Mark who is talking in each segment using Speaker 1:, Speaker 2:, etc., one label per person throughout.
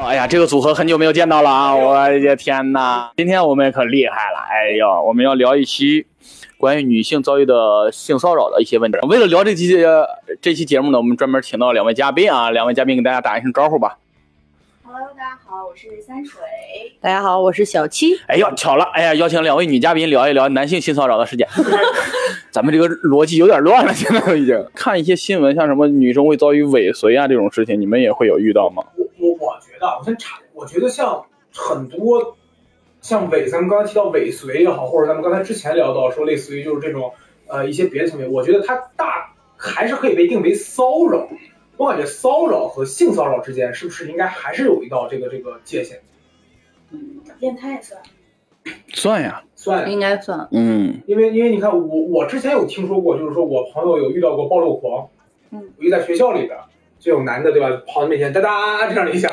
Speaker 1: 哎呀，这个组合很久没有见到了啊！我的天呐，今天我们可厉害了！哎呦，我们要聊一期关于女性遭遇的性骚扰的一些问题。为了聊这期呃这期节目呢，我们专门请到两位嘉宾啊，两位嘉宾给大家打一声招呼吧。
Speaker 2: Hello，大家好，我是三水。
Speaker 3: 大家好，我是小 七。
Speaker 1: 哎呦，巧了，哎呀，邀请两位女嘉宾聊一聊男性性骚扰的事件。咱们这个逻辑有点乱了，现在都已经看一些新闻，像什么女生会遭遇尾随啊这种事情，你们也会有遇到吗？
Speaker 4: 我我我觉得，我先查，我觉得像很多，像尾，咱们刚才提到尾随也好，或者咱们刚才之前聊到说类似于就是这种呃一些别的行为，我觉得它大还是可以被定为骚扰。我感觉骚扰和性骚扰之间是不是应该还是有一道这个这个界限？
Speaker 2: 嗯，变态算。
Speaker 1: 算呀，
Speaker 4: 算，
Speaker 3: 应该算，
Speaker 1: 嗯，
Speaker 4: 因为因为你看我我之前有听说过，就是说我朋友有遇到过暴露狂，
Speaker 3: 嗯，
Speaker 4: 我就在学校里边儿就有男的对吧，跑到面前哒哒这样一下，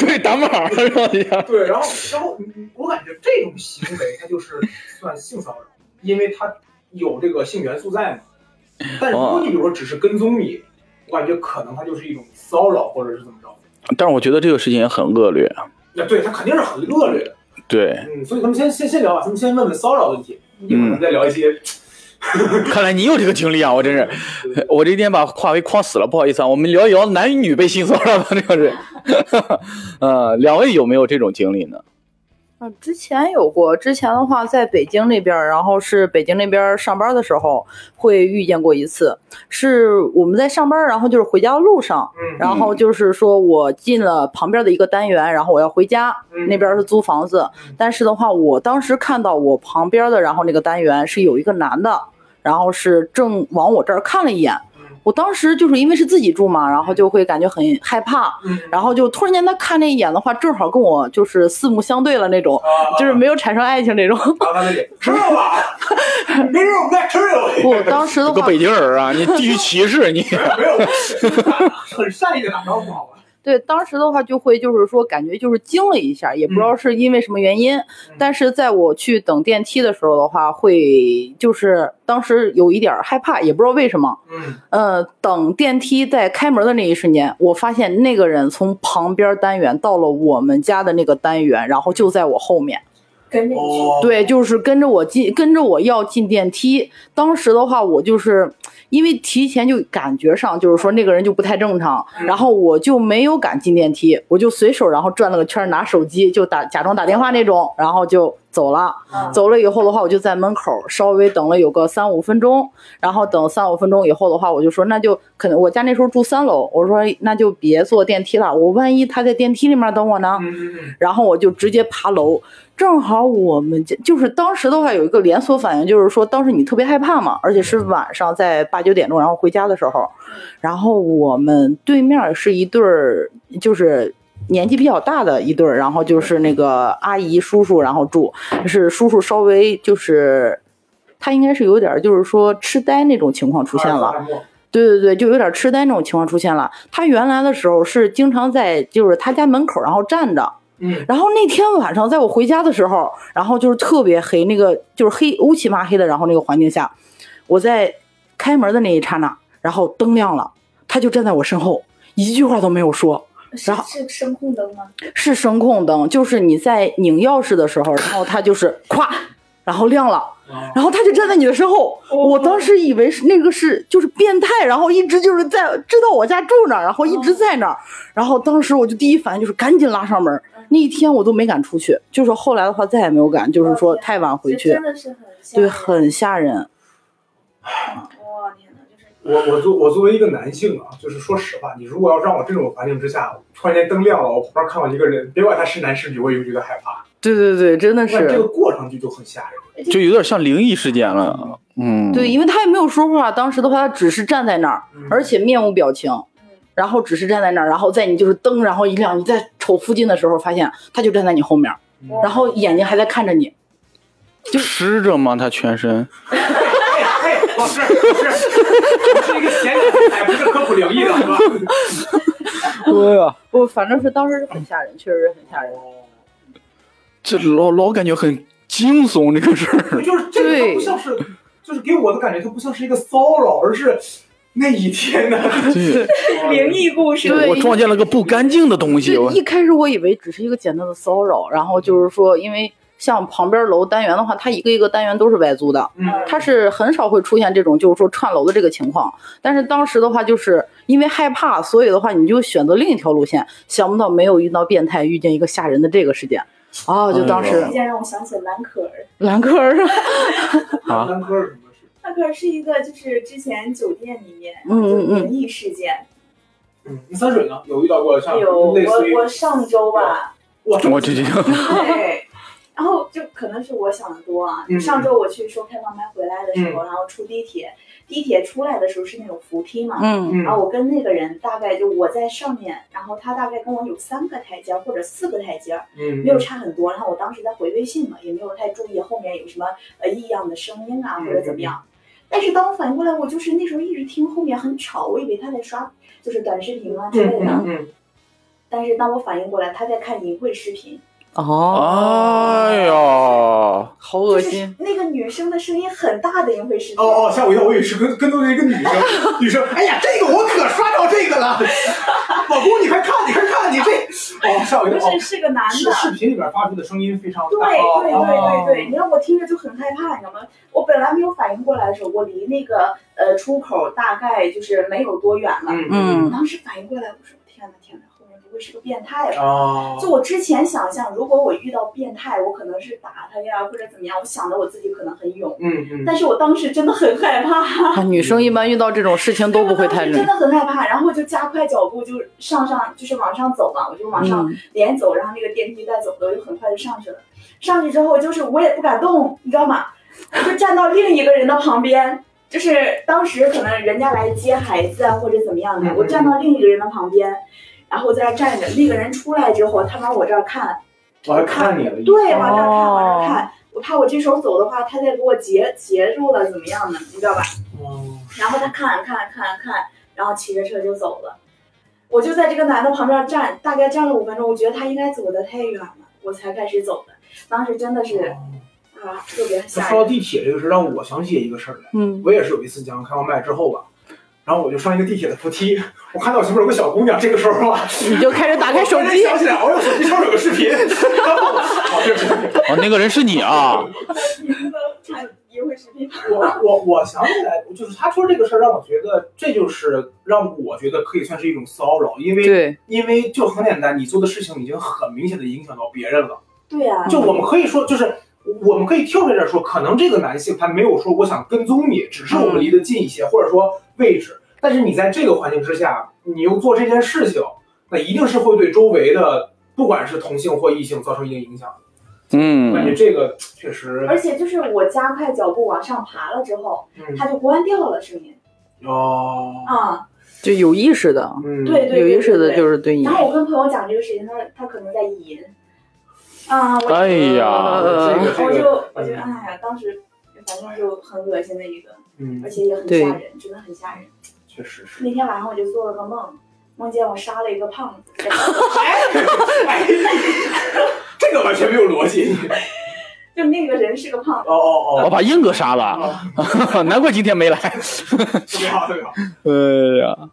Speaker 1: 对，打码是吧？
Speaker 4: 对，然后然后嗯我感觉这种行为它就是算性骚扰，因为它有这个性元素在嘛。但如
Speaker 3: 哦
Speaker 4: 果你比如说只是跟踪你，我感觉可能它就是一种骚扰或者是怎么着。
Speaker 1: 但是我觉得这个事情也很恶劣，
Speaker 4: 那对，它肯定是很恶劣的。
Speaker 1: 对。
Speaker 4: 嗯，所以咱们先先先聊吧，咱们先问问骚扰问题，一会
Speaker 3: 嗯
Speaker 4: 儿咱们再聊一些。
Speaker 1: 看来你有这个经历啊，我真是，我这天把话为框死了，不好意思啊。我们聊一聊男女被性骚扰的这个人， 呃，两位有没有这种经历呢？
Speaker 3: 嗯，之前有过，之前的话在北京那边儿，然后是北京那边儿上班的时候会遇见过一次，是我们在上班儿，然后就是回家的路上，
Speaker 4: 嗯
Speaker 3: 然后就是说我进了旁边的一个单元，然后我要回家，
Speaker 4: 嗯
Speaker 3: 那边儿是租房子
Speaker 4: 嗯，
Speaker 3: 但是的话，我当时看到我旁边的，然后那个单元是有一个男的，然后是正往我这儿看了一眼
Speaker 4: 嗯，
Speaker 3: 我当时就是因为是自己住嘛，然后就会感觉很害怕，
Speaker 4: 嗯，
Speaker 3: 然后就突然间他看那一眼的话，正好跟我就是四目相对了那种，
Speaker 4: 啊，
Speaker 3: 就是没有产生爱情这种。
Speaker 4: 麻烦点，吃了吧？没事，我们再吃一回。
Speaker 3: 我当时的
Speaker 1: 个
Speaker 3: 话，
Speaker 1: 北京人啊，你地域歧视 你。
Speaker 4: 没有， 很善意的打招呼，好吧？
Speaker 3: 对当时的话就会就是说感觉就是惊了一下，也不知道是因为什么原因。但是在我去等电梯的时候的话，会就是当时有一点儿害怕，也不知道为什么。
Speaker 4: 嗯，
Speaker 3: 呃，等电梯在开门的那一瞬间，我发现那个人从旁边单元到了我们家的那个单元，然后就在我后面。
Speaker 2: 跟着你去。
Speaker 4: 哦，
Speaker 3: 对，就是跟着我进，跟着我要进电梯。当时的话，我就是因为提前就感觉上就是说那个人就不太正常，然后我就没有敢进电梯，我就随手然后转了个圈儿，拿手机就打假装打电话那种，然后就走了。
Speaker 2: 嗯
Speaker 3: 走了以后的话，我就在门口稍微等了有个三五分钟，然后等三五分钟以后的话，我就说那就可能我家那时候住三楼，我说那就别坐电梯了，我万一他在电梯里面等我呢？
Speaker 4: 嗯嗯嗯，
Speaker 3: 然后我就直接爬楼。正好我们家就是当时的话有一个连锁反应，就是说当时你特别害怕嘛，而且是晚上在八九点钟，然后回家的时候，然后我们对面是一对儿，就是。年纪比较大的一对儿，然后就是那个阿姨叔叔，然后住是叔叔稍微就是，他应该是有点儿就是说痴呆那种情况出现了，
Speaker 4: 二十四
Speaker 3: 对对对，就有点痴呆那种情况出现了。他原来的时候是经常在就是他家门口然后站着，
Speaker 4: 嗯，
Speaker 3: 然后那天晚上在我回家的时候，然后就是特别黑，那个就是黑乌漆嘛黑的，然后那个环境下，我在开门的那一刹那，然后灯亮了，他就站在我身后，一句话都没有说。
Speaker 2: 是
Speaker 3: 然后
Speaker 2: 是声控灯吗？
Speaker 3: 是声控灯，就是你在拧钥匙的时候，然后它就是咵，然后亮了。
Speaker 4: 啊
Speaker 3: 然后他就站在你的身后，
Speaker 2: 哦
Speaker 3: 我当时以为是那个是就是变态，然后一直就是在知道我家住哪儿，然后一直在那儿，然后当时我就第一反应就是赶紧拉上门儿
Speaker 2: 嗯。
Speaker 3: 那一天我都没敢出去，就是后来的话再也没有敢，就是说太晚回
Speaker 2: 这
Speaker 3: 去
Speaker 2: 哦真，的是很吓
Speaker 3: 对，
Speaker 2: 人
Speaker 3: 很吓人。
Speaker 2: 哇天哪，就是
Speaker 4: 我我作我作为一个男性啊，就是说实话，你如果要让我这种环境之下，突然间灯亮了，我旁边看到一个人，别管他是男是女，我也会觉得害怕。
Speaker 3: 对对对，真的
Speaker 4: 但这
Speaker 3: 是
Speaker 4: 个。过程就就很吓人。
Speaker 1: 就有点像灵异事件了。嗯，
Speaker 3: 对，，因为他也没有说话，当时的话他只是站在那儿，
Speaker 4: 嗯
Speaker 3: 而且面无表情，
Speaker 2: 嗯
Speaker 3: 然后只是站在那儿，然后在你就是灯，然后一亮，你在瞅附近的时候，发现他就站在你后面儿，
Speaker 2: 哇
Speaker 3: 然后眼睛还在看着你。
Speaker 1: 湿着吗？他全身？
Speaker 4: 哎哎，老师，老师，我是一个闲聊电台，不是科普灵异的，是吧？
Speaker 1: 对啊呀、
Speaker 3: 我反正是当时是很吓人，确实是很吓人。
Speaker 1: 这老老感觉很惊悚这个事儿。
Speaker 4: 就是这个，它不像是，就是给我的感觉，它不像是一个骚扰，而是那一天呢，
Speaker 1: 对，
Speaker 5: 灵异故事，
Speaker 3: 对
Speaker 1: 我撞见了个不干净的东西，
Speaker 3: 就
Speaker 1: 我
Speaker 3: 一开始我以为只是一个简单的骚扰，然后就是说，因为像旁边楼单元的话，它一个一个单元都是外租的，
Speaker 4: 嗯，
Speaker 3: 它是很少会出现这种就是说串楼的这个情况。但是当时的话，就是因为害怕，所以的话你就选择另一条路线，想不到没有遇到变态，遇见一个吓人的这个事件。哦，就当
Speaker 1: 哎
Speaker 3: 时
Speaker 1: 呦
Speaker 5: 这件让我想起了蓝可儿。
Speaker 3: 兰克儿，
Speaker 1: 啊
Speaker 4: 南科是什么事？
Speaker 5: 蓝可儿是一个，就是之前酒店里面
Speaker 3: 嗯
Speaker 5: 就
Speaker 3: 嗯
Speaker 5: 是
Speaker 3: 嗯
Speaker 5: 灵异事件。
Speaker 4: 嗯，那三水呢？有遇到过像
Speaker 5: 有
Speaker 4: 啊类似于
Speaker 5: 我我上周 吧，
Speaker 4: 我
Speaker 1: 我这 就
Speaker 5: 对，然后就可能是我想的多啊。
Speaker 4: 嗯
Speaker 5: 上周我去收开放麦回来的时候，然后出地铁，地铁出来的时候是那种扶梯嘛，
Speaker 3: 嗯
Speaker 4: 嗯
Speaker 5: 然后我跟那个人大概就我在上面，然后他大概跟我有三个台阶儿或者四个台阶儿，
Speaker 4: 嗯
Speaker 5: 没有差很多。然后我当时在回微信嘛，也没有太注意后面有什么呃异样的声音啊
Speaker 4: 嗯
Speaker 5: 或者怎么样。但是当我反应过来，我就是那时候一直听后面很吵，我以为他在刷就是短视频啊之
Speaker 4: 嗯
Speaker 5: 类的。
Speaker 4: 嗯嗯，
Speaker 5: 但是当我反应过来，他在看淫秽视频，
Speaker 3: 哦，
Speaker 1: 哎哦呦，
Speaker 3: 好
Speaker 5: 就
Speaker 3: 恶
Speaker 5: 是
Speaker 3: 心。
Speaker 5: 那个女生的声音很大的淫秽视频。
Speaker 4: 哦哦，吓我一跳，我以为是跟跟踪着一个女生，女生，哎呀，这个我可刷到这个了，老公你快看，你快看，你这，哦，吓我一
Speaker 5: 不
Speaker 4: 跳，哦
Speaker 5: 是，是个男
Speaker 4: 视
Speaker 5: 的。
Speaker 4: 视频里边发出的声音非常大，
Speaker 5: 对对对对对，你让我听着就很害怕，你知道吗？我本来没有反应过来的时候，我离那个呃出口大概就是没有多远了。
Speaker 4: 嗯
Speaker 3: 嗯
Speaker 5: 我当时反应过来，我说天哪天哪，后面不会是个变态吧？
Speaker 4: 啊，
Speaker 5: 就我之前想象，如果我遇到变态，我可能是打他呀，或者怎么样，我想的我自己可能很勇，
Speaker 4: 嗯嗯，
Speaker 5: 但是我当时真的很害怕，
Speaker 3: 啊女生一般遇到这种事情都不会太
Speaker 5: 真
Speaker 3: 认。
Speaker 5: 的很害怕，然后我就加快脚步，就上上就是往上走嘛，我就往上
Speaker 3: 嗯
Speaker 5: 连走，然后那个电梯带走的，我就很快就上去了。上去之后，就是我也不敢动，你知道吗？我就站到另一个人的旁边，就是当时可能人家来接孩子啊，或者怎么样的
Speaker 4: 嗯，
Speaker 5: 我站到另一个人的旁边，然后在那站着。那个人出来之后，他往我这儿看，
Speaker 4: 我还看你了，
Speaker 5: 对，往这儿看，
Speaker 3: 哦
Speaker 5: 往这儿看。我怕我这手走的话，他再给我截截住了，怎么样呢？你知道吧？
Speaker 4: 哦，
Speaker 5: 然后他看看看看，然后骑着车就走了。我就在这个男的旁边站，大概站了五分钟，我觉得他应该走的太远了，我才开始走的。当时真的是啊，特别
Speaker 4: 那
Speaker 5: 吓
Speaker 4: 哦说到
Speaker 5: 人。
Speaker 4: 地铁这个事，让我想起一个事儿来。
Speaker 3: 嗯，
Speaker 4: 我也是有一次讲开完麦之后吧，然后我就上一个地铁的扶梯，我看到前面有个小姑娘，这个时候啊，
Speaker 3: 你就开始打开手
Speaker 4: 我突然
Speaker 3: 机。
Speaker 4: 想起来，我用哦手机上面有个视 频， 然后啊，对不起对不起
Speaker 1: 哦，那个人是你啊！
Speaker 5: 你不能看一会视频，
Speaker 4: 我我我想起来，就是他说这个事儿，让我觉得这就是让我觉得可以算是一种骚扰，因为
Speaker 3: 对，
Speaker 4: 因为就很简单，你做的事情已经很明显的影响到别人了。
Speaker 5: 对啊呀、
Speaker 4: 就我们可以说，就是我们可以跳出来说，可能这个男性他没有说我想跟踪你，只是我们离得近一些，或者说位置。但是你在这个环境之下，你又做这件事情，那一定是会对周围的，不管是同性或异性，造成一定影响的。我感觉
Speaker 1: 嗯，
Speaker 4: 这个确实，
Speaker 5: 而且就是我加快脚步往上爬了之后，
Speaker 4: 嗯，
Speaker 5: 他就关掉了声音
Speaker 4: 哦，
Speaker 5: 啊、
Speaker 3: 就有意识的，
Speaker 4: 嗯，
Speaker 5: 对对
Speaker 3: 有意识的就是
Speaker 1: 嗯
Speaker 3: 对你
Speaker 5: 然。后我跟朋友讲这个事情，他说他可能在意淫啊，我
Speaker 1: 哎呀，
Speaker 4: 这个
Speaker 5: 我
Speaker 4: 这
Speaker 5: 就
Speaker 4: 个，
Speaker 5: 我就哎呀，当时反正就很恶心的一个，
Speaker 4: 嗯
Speaker 5: 而，且也很
Speaker 3: 对
Speaker 5: 吓人，真的很吓人。
Speaker 4: 确实是。
Speaker 5: 那天晚上我就做了个梦，梦见我杀了一个胖子，
Speaker 4: 哎，这个完全没有逻辑。
Speaker 5: 就那个人是个胖子，
Speaker 4: 哦哦
Speaker 1: 我
Speaker 4: 哦，
Speaker 1: 把英哥杀了， 难怪今天没来。
Speaker 4: 哎特别好特别好。
Speaker 1: 哎呀，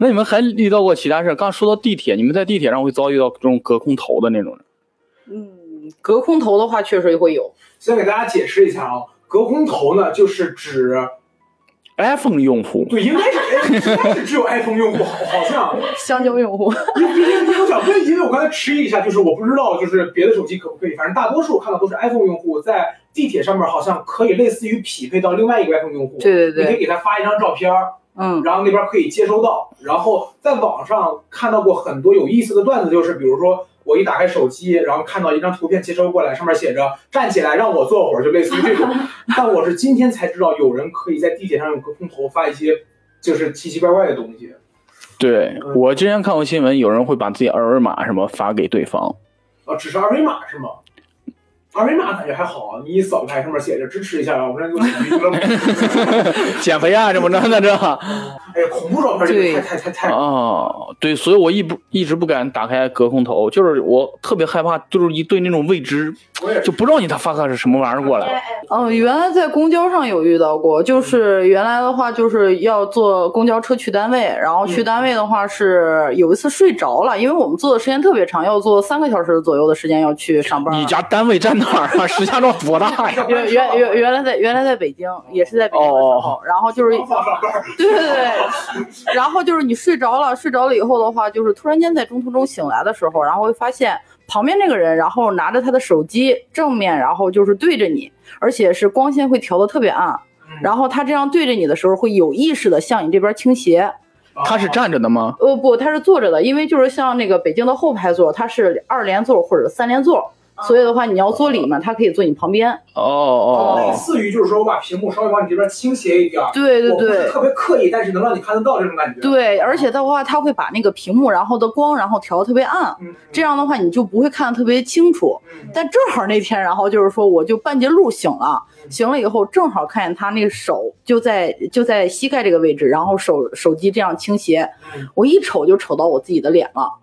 Speaker 1: 那你们还遇到过其他事儿？刚说到地铁，你们在地铁上会遭遇到这种隔空投的那种人？
Speaker 3: 嗯，隔空投的话确实会有。
Speaker 4: 先给大家解释一下啊、隔空投呢，就是指
Speaker 1: iPhone 用户
Speaker 4: 对，应该是哎应该是只有 iPhone 用户，好好像。
Speaker 3: 香蕉用户，
Speaker 4: 因为因为我想问，因为我刚才迟疑一下，就是我不知道，就是别的手机可不可以，反正大多数我看到都是 iPhone 用户在地铁上面好像可以类似于匹配到另外一个 iPhone 用户，
Speaker 3: 对对
Speaker 4: 你可以
Speaker 3: 对，
Speaker 4: 给他发一张照片儿，
Speaker 3: 嗯，
Speaker 4: 然后那边可以接收到。然后在网上看到过很多有意思的段子，就是比如说我一打开手机，然后看到一张图片接收过来，上面写着“站起来让我坐会儿”，就类似于这 种。但我是今天才知道，有人可以在地铁上用隔空投发一些就是奇奇怪怪的东西。
Speaker 1: 对
Speaker 4: 嗯
Speaker 1: 我之前看过新
Speaker 4: 呃
Speaker 1: 闻，有人会把自己二维码什么发给对方。
Speaker 4: 啊，只是二维码是吗？二维码感觉还好啊，你一扫开上面写着支持一下啊，我们这个体育俱乐部。
Speaker 1: 减肥啊，怎么着呢？这
Speaker 4: 哎呀，恐怖照片这
Speaker 3: 对
Speaker 4: 个太太太太，
Speaker 1: 哦，对，所以我一不一直不敢打开隔空投，就是我特别害怕，就是一对那种未知，
Speaker 4: 我也
Speaker 1: 就不知道你他发个是什么玩意儿过来。
Speaker 2: 哎
Speaker 3: 哦，原来在公交上有遇到过，就是原来的话就是要坐公交车去单位，然后去单位的话是有一次睡着了，因为我们坐的时间特别长，要坐三个小时左右的时间要去上班。
Speaker 1: 你家单位在哪儿啊？石家庄多大 呀？
Speaker 3: 原原原原来在原来在北京，也是在北京的时候，然后就是
Speaker 4: 刚放上班儿，
Speaker 3: 对对对，然后就是你睡着了，睡着了以后的话，就是突然间在中途中醒来的时候，然后会发现旁边那个人，然后拿着他的手机正面，然后就是对着你，而且是光线会调的特别暗
Speaker 4: 嗯，
Speaker 3: 然后他这样对着你的时候，会有意识的向你这边倾斜。
Speaker 1: 他是站着的吗？
Speaker 3: 呃，不，他是坐着的，因为就是像那个北京的后排座，它是二连座或者三连座，
Speaker 4: 嗯
Speaker 3: 所以的话你要坐里面，他可以坐你旁边。
Speaker 1: 哦哦
Speaker 4: 啊类
Speaker 1: 哦，
Speaker 4: 似于就是说我把屏幕稍微往你这边倾斜一点儿，
Speaker 3: 对对
Speaker 4: 我不
Speaker 3: 对
Speaker 4: 是。特别刻意，但是能让你看得到这种感觉。
Speaker 3: 对，而且的话，他会把那个屏幕，然后的光，然后调的特别暗，
Speaker 4: 嗯，
Speaker 3: 这样的话你就不会看得特别清楚。
Speaker 4: 嗯
Speaker 3: 但正好那天，然后就是说我就半截路醒了，醒了以后正好看见他那个手就在就在膝盖这个位置，然后手手机这样倾斜
Speaker 4: 嗯，
Speaker 3: 我一瞅就瞅到我自己的脸了。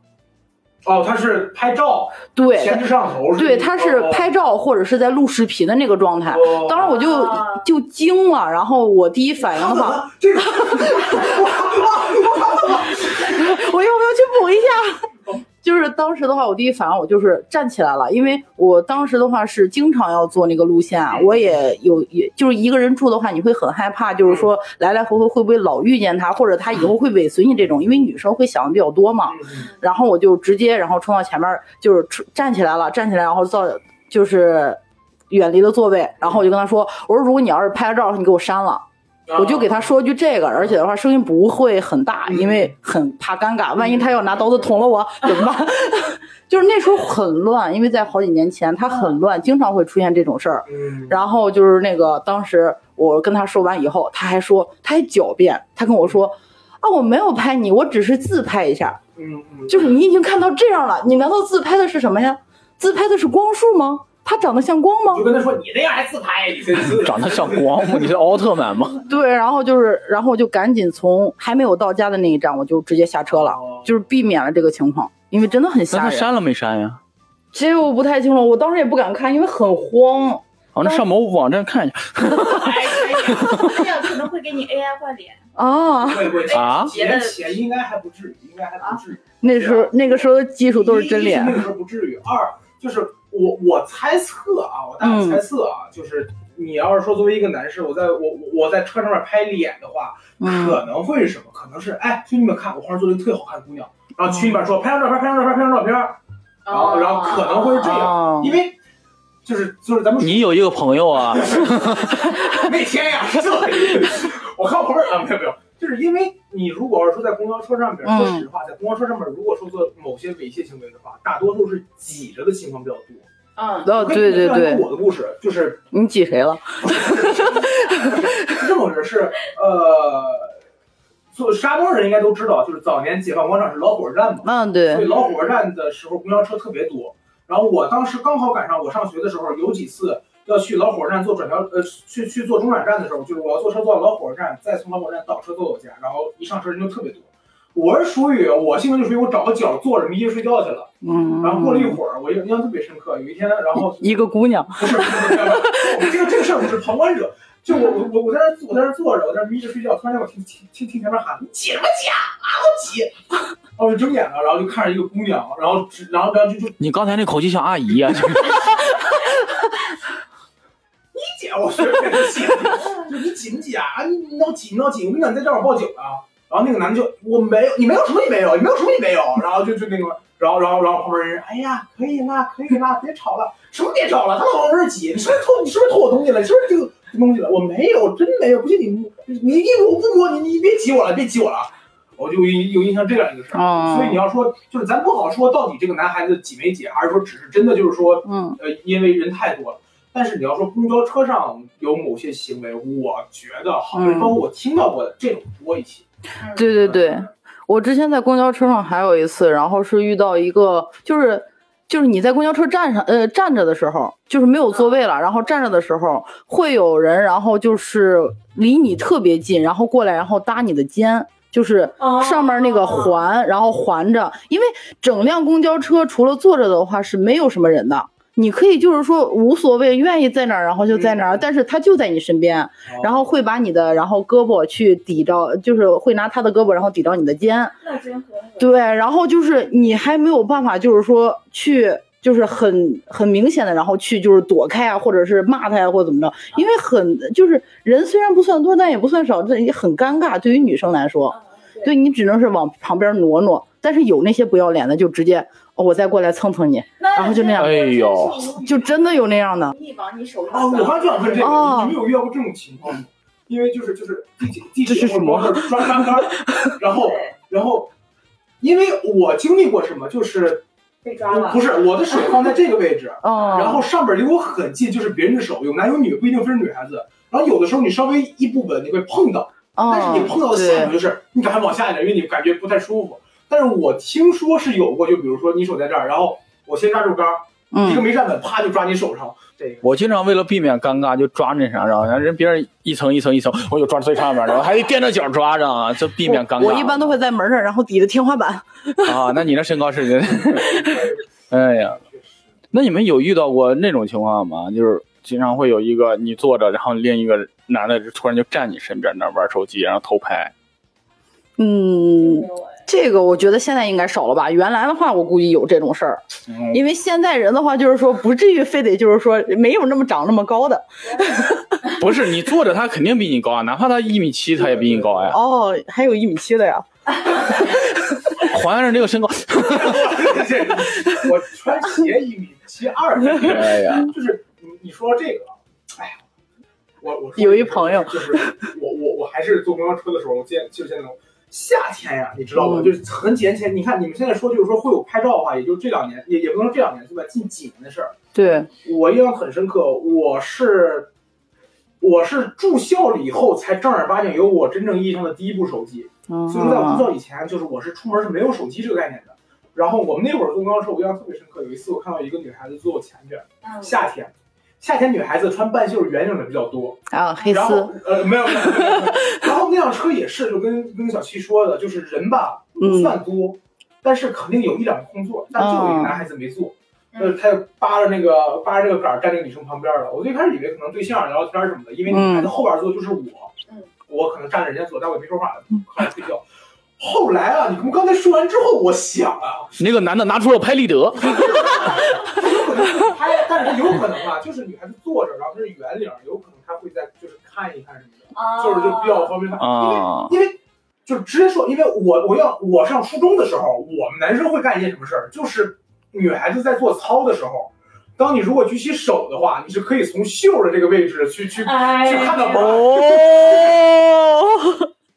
Speaker 4: 哦，他是拍照，
Speaker 3: 对，
Speaker 4: 前置摄像头是吧，
Speaker 3: 对，他是
Speaker 4: 哦
Speaker 3: 拍照或者是在录视频的那个状态。
Speaker 4: 哦
Speaker 3: 当时我就
Speaker 2: 啊
Speaker 3: 就惊了，然后我第一反应的话，
Speaker 4: 啊这个，
Speaker 3: 我要不要去补一下？就是当时的话，我第一反应我就是站起来了，因为我当时的话是经常要坐那个路线啊，我也有也就是一个人住的话，你会很害怕，就是说来来回回会不会老遇见他，或者他以后会尾随你这种，因为女生会想的比较多嘛。然后我就直接然后冲到前面，就是冲站起来了，站起来，然后到就是远离了座位，然后我就跟他说，我说如果你要是拍照，你给我删了。
Speaker 4: 嗯
Speaker 3: 我就给他说句这个，而且的话声音不会很大，因为很怕尴尬，万一他要拿刀子捅了我怎么办？就是那时候很乱，因为在好几年前他很乱，经常会出现这种事儿。
Speaker 4: 嗯，
Speaker 3: 然后就是那个当时我跟他说完以后，他还说他还狡辩，他跟我说啊我没有拍你，我只是自拍一下，
Speaker 4: 嗯嗯，
Speaker 3: 就是你已经看到这样了，你难道自拍的是什么呀？自拍的是光束吗？他长得像光吗
Speaker 4: 我就？跟他说你那样还自拍，啊你这是
Speaker 1: 长得像光吗？你是奥特曼吗？
Speaker 3: 对，然后就是，然后我就赶紧从还没有到家的那一站，我就直接下车了，
Speaker 4: 哦
Speaker 3: 就是避免了这个情况，因为真的很
Speaker 1: 那
Speaker 3: 吓
Speaker 1: 他
Speaker 3: 人。
Speaker 1: 删了没删呀？
Speaker 3: 这个我不太清楚，我当时也不敢看，因为很慌。
Speaker 1: 啊，那上某网站看一下
Speaker 2: 这样可能会给你 AI 换脸。
Speaker 3: 啊，
Speaker 4: 对对
Speaker 1: 啊
Speaker 2: 别的
Speaker 4: 钱钱应该还不至于，应该还不至于。
Speaker 3: 那时候那个时候的技术都是真
Speaker 4: 一一
Speaker 3: 脸啊
Speaker 4: 那，个时候不至于。二就是我我猜测啊，我大胆
Speaker 3: 嗯
Speaker 4: 猜测啊，就是你要是说作为一个男士，我在我我我在车上面拍脸的话，
Speaker 3: 嗯，
Speaker 4: 可能会是什么？可能是哎，兄弟们看，我旁边坐了一个特别好看的姑娘，然后群
Speaker 3: 嗯
Speaker 4: 里面说拍张照片，拍张照片，拍张照片，然后然后可能会是这
Speaker 3: 哦
Speaker 4: 样，因为。就是就是咱们
Speaker 1: 你有一个朋友啊，
Speaker 4: 那天呀，这我看我旁边啊，没有没有，就是因为你如果要是说在公交车上边，
Speaker 3: 嗯
Speaker 4: 说实话，在公交车上面，如果说做某些猥亵行为的话，大多数是挤着的情况比较多。
Speaker 2: 嗯，
Speaker 3: 哦，对对
Speaker 4: 我
Speaker 3: 对
Speaker 4: 跟你分享一个，我的故事就是
Speaker 3: 你挤谁了？
Speaker 4: 是这么回事，是呃，做山东人应该都知道，就是早年解放广场是老火车站嘛，
Speaker 3: 嗯，
Speaker 4: 所以
Speaker 3: 对，
Speaker 4: 老火车站的时候公交车特别多。然后我当时刚好赶上我上学的时候，有几次要去老火车站坐转调，呃，去去坐中转站的时候，就是我要坐车坐到老火车站，再从老火车站倒车坐我家，然后一上车人就特别多。我是属于我性格就属于我找个角坐着迷睡觉去了，然后过了一
Speaker 3: 嗯，
Speaker 4: 会儿，我印象特别深刻。有一天，然后
Speaker 3: 一个姑 娘，
Speaker 4: 不是，不是，不是我这个这个事儿我是旁观者，就我我我我在那儿我在那儿坐着，我在那儿眯着睡觉，突然间我听听听听前面喊你挤什么挤啊，啊我挤，然后我就睁眼了，然后就看着一个姑娘，然后只然后然后就就
Speaker 1: 你刚才那口气像阿姨啊， 就是
Speaker 4: 挤，我随便就挤，就你挤不挤啊？啊你你闹挤你闹挤，我跟你讲你在这儿我报警啊！然后那个男的就我没有，你没有什么也没有，你没有什么也没有，然后就就那个，然后然后然后旁边人，哎呀，可以啦，可以啦，别吵了，什么别吵了，他们往我这儿挤，你是不是偷你是不是偷我东西了？你是不是这个东西了？我没有，真没有，不信你摸你一我不摸你，你别挤我了，别挤我了。我就有有印象这样一个事儿，
Speaker 3: 哦
Speaker 4: 所以你要说就是咱不好说到底这个男孩子挤没挤，还是说只是真的就是说
Speaker 3: 嗯，
Speaker 4: 呃，因为人太多了。但是你要说公交车上有某些行为，我觉得好像
Speaker 3: 嗯
Speaker 4: 包括我听到过的这种多一些。
Speaker 3: 对
Speaker 4: 嗯
Speaker 3: 对对。我之前在公交车上还有一次，然后是遇到一个，就是就是你在公交车站上，呃，站着的时候，就是没有座位了，然后站着的时候会有人，然后就是离你特别近，然后过来，然后搭你的肩，就是
Speaker 2: 哦
Speaker 3: 上面那个环，然后环着，因为整辆公交车除了坐着的话是没有什么人的。你可以就是说无所谓，愿意在哪儿，然后就在哪儿，
Speaker 4: 嗯
Speaker 3: 但是他就在你身边，然后会把你的然后胳膊去抵着，就是会拿他的胳膊然后抵着你的肩，
Speaker 2: 那真合适。
Speaker 3: 对，然后就是你还没有办法，就是说去，就是很很明显的，然后去就是躲开啊，或者是骂他呀、或者怎么着，因为很就是人虽然不算多，但也不算少，这也很尴尬。对于女生来说，
Speaker 2: 嗯
Speaker 3: 对你只能是往旁边挪挪，但是有那些不要脸的就直接、哦我再过来蹭蹭你，然后就那样
Speaker 1: 哎呦，
Speaker 3: 就真的有那样的。
Speaker 2: 你往你手上
Speaker 4: 啊，我刚就想问这个，
Speaker 3: 哦
Speaker 4: 你们有遇到过这种情况吗？因为就是就是地铁地
Speaker 1: 这是什
Speaker 4: 铁或者
Speaker 1: 么
Speaker 4: 包括刷栏杆儿， 然后
Speaker 2: 对
Speaker 4: 然后，因为我经历过什么，就是
Speaker 2: 被抓了，
Speaker 4: 不是我的手 放在这个位置，
Speaker 3: 哦，
Speaker 4: 然后上边离我很近，就是别人的手，有男有女，不一定非是女孩子。然后有的时候你稍微一不稳，你会碰到，
Speaker 3: 哦，
Speaker 4: 但是你碰到的下
Speaker 3: 对
Speaker 4: 场就是你赶快往下一点，因为你感觉不太舒服。但是我听说是有过，就比如说你手在这儿，然后我先抓住杆儿，一个
Speaker 3: 嗯，
Speaker 4: 没站稳，啪就抓你手上，这个。
Speaker 1: 我经常为了避免尴尬，就抓那啥，然后人别人一层一层一层，我就抓最上面的，我还得垫着脚抓着，啊，就避免尴尬。
Speaker 3: 嗯我一般都会在门上，然后抵着天花板。
Speaker 1: 啊，那你那身高是 真，哎呀，那你们有遇到过那种情况吗？就是经常会有一个你坐着，然后另一个男的就突然就站你身边那玩手机，然后偷拍。
Speaker 3: 嗯，
Speaker 2: 没有哎
Speaker 3: 这个我觉得现在应该少了吧。原来的话，我估计有这种事儿，
Speaker 1: 嗯，
Speaker 3: 因为现在人的话就是说不至于非得就是说没有那么长那么高的
Speaker 1: 不是你坐着，他肯定比你高啊，哪怕他一米七，他也比你高呀。
Speaker 3: 哦，还有一米七的呀。
Speaker 1: 还原这个身高，
Speaker 4: 我穿鞋一米七二，
Speaker 1: 哎呀，
Speaker 4: 就是你你说这个，哎呀，我我说
Speaker 3: 有一朋友
Speaker 4: 就是我我我还是坐公交车的时候，我见就现在夏天呀、你知道吧？
Speaker 3: 嗯
Speaker 4: 就是很几年前，你看你们现在说就是说会有拍照的话，也就这两年，也也不能说这两年对吧？近几年的事儿，
Speaker 3: 对，
Speaker 4: 我印象很深刻，我是。我是住校了以后才正儿八经有我真正意义上的第一部手机，所以说在我
Speaker 3: 嗯
Speaker 4: 住校以前，就是我是出门是没有手机这个概念的。然后我们那会儿坐公交车，我印象特别深刻。有一次我看到一个女孩子坐我前边，
Speaker 2: 嗯
Speaker 4: 夏天，夏天女孩子穿半袖圆领的比较多，
Speaker 3: 啊，黑
Speaker 4: 然
Speaker 3: 丝
Speaker 4: 后，呃没有， 没有没有没有然后那辆车也是，就跟跟小七说的，就是人吧不算多，但是肯定有一两个空座，但就有一个男孩子没坐，
Speaker 2: 嗯
Speaker 4: 呃，他就扒着那个扒着这个杆儿站那个女生旁边了。我最开始以为可能对象聊聊天什么的，因为女孩子后边坐就是我，
Speaker 2: 嗯
Speaker 4: 我可能站着人家坐，但我也没说话，快睡觉。后来啊，你们刚才说完之后，我想啊，
Speaker 1: 那个男的拿出了拍立得，
Speaker 4: 有可能拍，但是有可能啊，就是女孩子坐着，然后她是圆领，有可能她会在就是看一看什么
Speaker 5: 哦
Speaker 4: 的，
Speaker 2: 啊
Speaker 4: 就是就比较方便看。
Speaker 1: 啊
Speaker 4: 因为因为就直接说，因为我我要我上初中的时候，我们男生会干一件什么事儿，就是女孩子在做操的时候，当你如果举起手的话，你是可以从袖的这个位置去去。
Speaker 2: 哎
Speaker 4: 去看到包
Speaker 3: 哦，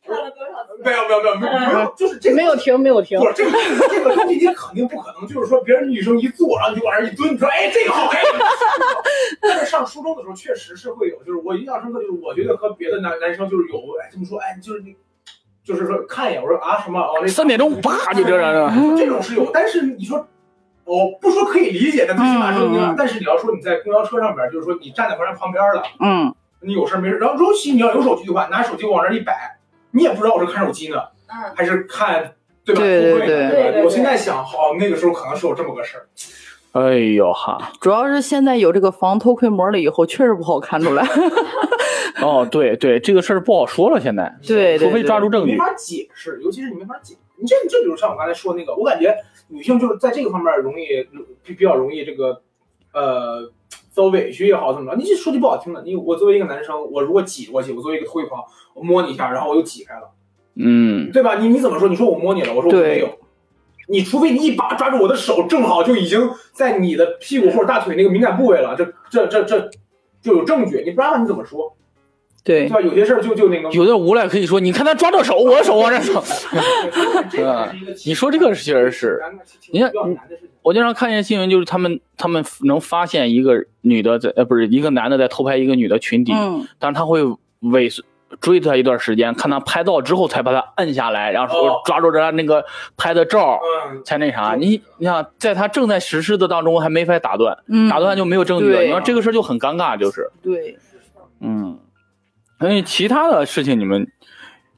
Speaker 2: 看了多少次
Speaker 4: 没有没有没有没有没有，就是这个
Speaker 3: 没有停，没有停
Speaker 4: 不。是这个这个东西，你肯定不可能就是说别人女生一坐，然后你就往那儿一蹲，你说哎这个好看。但是上初中的时候确实是会有，就是我印象深刻，就是我觉得和别的男男生就是有哎这么说哎就是你就是说看一眼，我说啊什么哦那
Speaker 1: 三点钟啪就这样啊，
Speaker 3: 嗯
Speaker 4: 这种是有，但是你说。我不说可以理解，但最起码说
Speaker 3: 嗯
Speaker 4: 你，
Speaker 3: 嗯嗯
Speaker 4: 但是你要说你在公交车上边，就是说你站在旁边旁边了，
Speaker 3: 嗯，
Speaker 4: 你有事儿没事儿，然后尤其你要有手机的话，拿手机往这儿一摆，你也不知道我是看手机呢，
Speaker 2: 嗯，
Speaker 4: 还是看对吧？
Speaker 3: 对对
Speaker 4: 富贵呢
Speaker 2: 对对
Speaker 4: 吧
Speaker 2: 对
Speaker 4: 我现在想，好，那个时候可能是有这么个事儿。
Speaker 1: 哎呦哈，
Speaker 3: 主要是现在有这个防偷窥膜了以后，确实不好看出来。
Speaker 1: 哦对对，这个事儿不好说了，现在
Speaker 3: 对对
Speaker 1: 除非抓住证
Speaker 4: 你没
Speaker 1: 据，
Speaker 4: 法解释，尤其是你没法解。你这这，比如像我刚才说那个，我感觉女性就是在这个方面容易比比较容易这个，呃，遭委屈也好怎么着。你就说句不好听的，你我作为一个男生，我如果挤过去，我作为一个推狂，我摸你一下，然后我又挤开了，
Speaker 1: 嗯，
Speaker 4: 对吧？你你怎么说？你说我摸你了，我说我
Speaker 3: 对
Speaker 4: 没有。你除非你一把抓住我的手，正好就已经在你的屁股或者大腿那个敏感部位了，这这这这就有证据，你不然的话你怎么说？对
Speaker 3: 对，
Speaker 4: 吧？有些事儿就就那个，
Speaker 1: 有的无赖可以说，你看他抓着手，我的手往这走。
Speaker 4: 这个是一个
Speaker 1: 你说这个确实是，
Speaker 4: 挺挺比较难的 事情。
Speaker 1: 我经常看见新闻，就是他们他们能发现一个女的在呃不是一个男的在偷拍一个女的裙底，
Speaker 3: 嗯，
Speaker 1: 但是他会尾随追他一段时间，看他拍照之后才把他摁下来，然后说
Speaker 4: 哦
Speaker 1: 抓住人家那个拍的照。
Speaker 4: 嗯，
Speaker 1: 才那啥，
Speaker 4: 嗯
Speaker 1: 你你想，在他正在实施的当中还没法打断，
Speaker 3: 嗯，
Speaker 1: 打断就没有证据了。
Speaker 3: 对
Speaker 1: 你说这个事儿就很尴尬，就是，
Speaker 3: 对，
Speaker 1: 嗯，所以其他的事情你们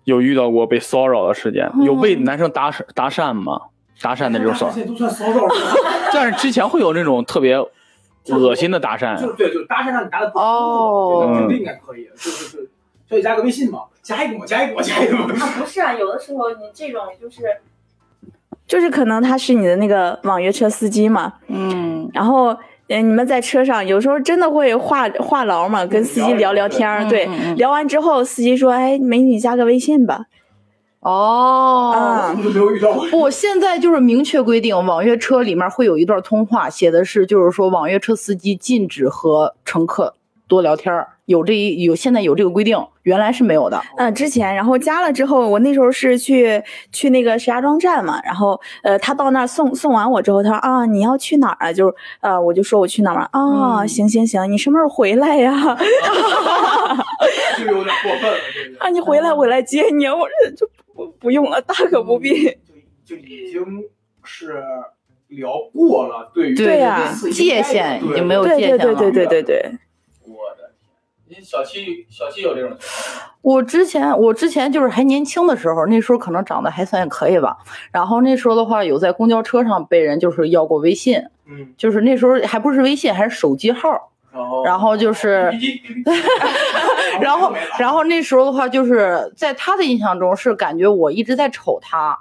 Speaker 1: 有遇到过被骚扰的事件，
Speaker 3: 嗯
Speaker 1: 有被男生搭讪搭讪吗？搭讪的这种骚扰
Speaker 4: 大家，现在都算骚扰了，
Speaker 1: 但是之前会有那种特别恶心的搭讪
Speaker 4: 就，是对，就是搭讪让你 搭的不舒服
Speaker 3: 哦
Speaker 4: 这个应该可以，就是就是所以加个微信嘛，加一个我，加一个我，加一个我。
Speaker 2: 啊，不是啊，有的时候你这种就是，
Speaker 5: 就是可能他是你的那个网约车司机嘛，
Speaker 3: 嗯，
Speaker 5: 然后呃你们在车上有时候真的会话话痨嘛，跟司机聊聊天儿，
Speaker 3: 嗯
Speaker 5: 对，
Speaker 3: 嗯嗯
Speaker 5: 聊完之后司机说，哎，美女加个微信吧，
Speaker 3: 哦
Speaker 5: 啊。
Speaker 4: 我就没有遇到过。
Speaker 3: 不，现在就是明确规定，网约车里面会有一段通话，写的是就是说网约车司机禁止和乘客多聊天儿，有这一有现在有这个规定，原来是没有的。
Speaker 5: 嗯，之前，然后加了之后，我那时候是去去那个石家庄站嘛，然后呃，他到那儿送送完我之后，他说啊，你要去哪儿啊？就是呃，我就说我去哪儿嘛啊，
Speaker 3: 嗯
Speaker 5: 行行行，你什么时候回来呀？
Speaker 4: 就有点过分了，这个
Speaker 5: 啊，你回来，
Speaker 3: 嗯
Speaker 5: 我来接你。啊我这就不不用了，大可不
Speaker 3: 嗯
Speaker 5: 必。
Speaker 4: 就就已经是聊过了，对于
Speaker 5: 对呀
Speaker 4: 对
Speaker 3: 界限已经没有
Speaker 5: 对
Speaker 3: 界限
Speaker 5: 对
Speaker 3: 了。
Speaker 5: 对对对对对，
Speaker 1: 我的天，你小七小七有这种
Speaker 3: 我之前我之前就是还年轻的时候，那时候可能长得还算可以吧。然后那时候的话，有在公交车上被人就是要过微信，
Speaker 4: 嗯，
Speaker 3: 就是那时候还不是微信，还是手机号。
Speaker 4: 然后
Speaker 3: 然后就是，然 后然后那时候的话，就是在他的印象中是感觉我一直在瞅他，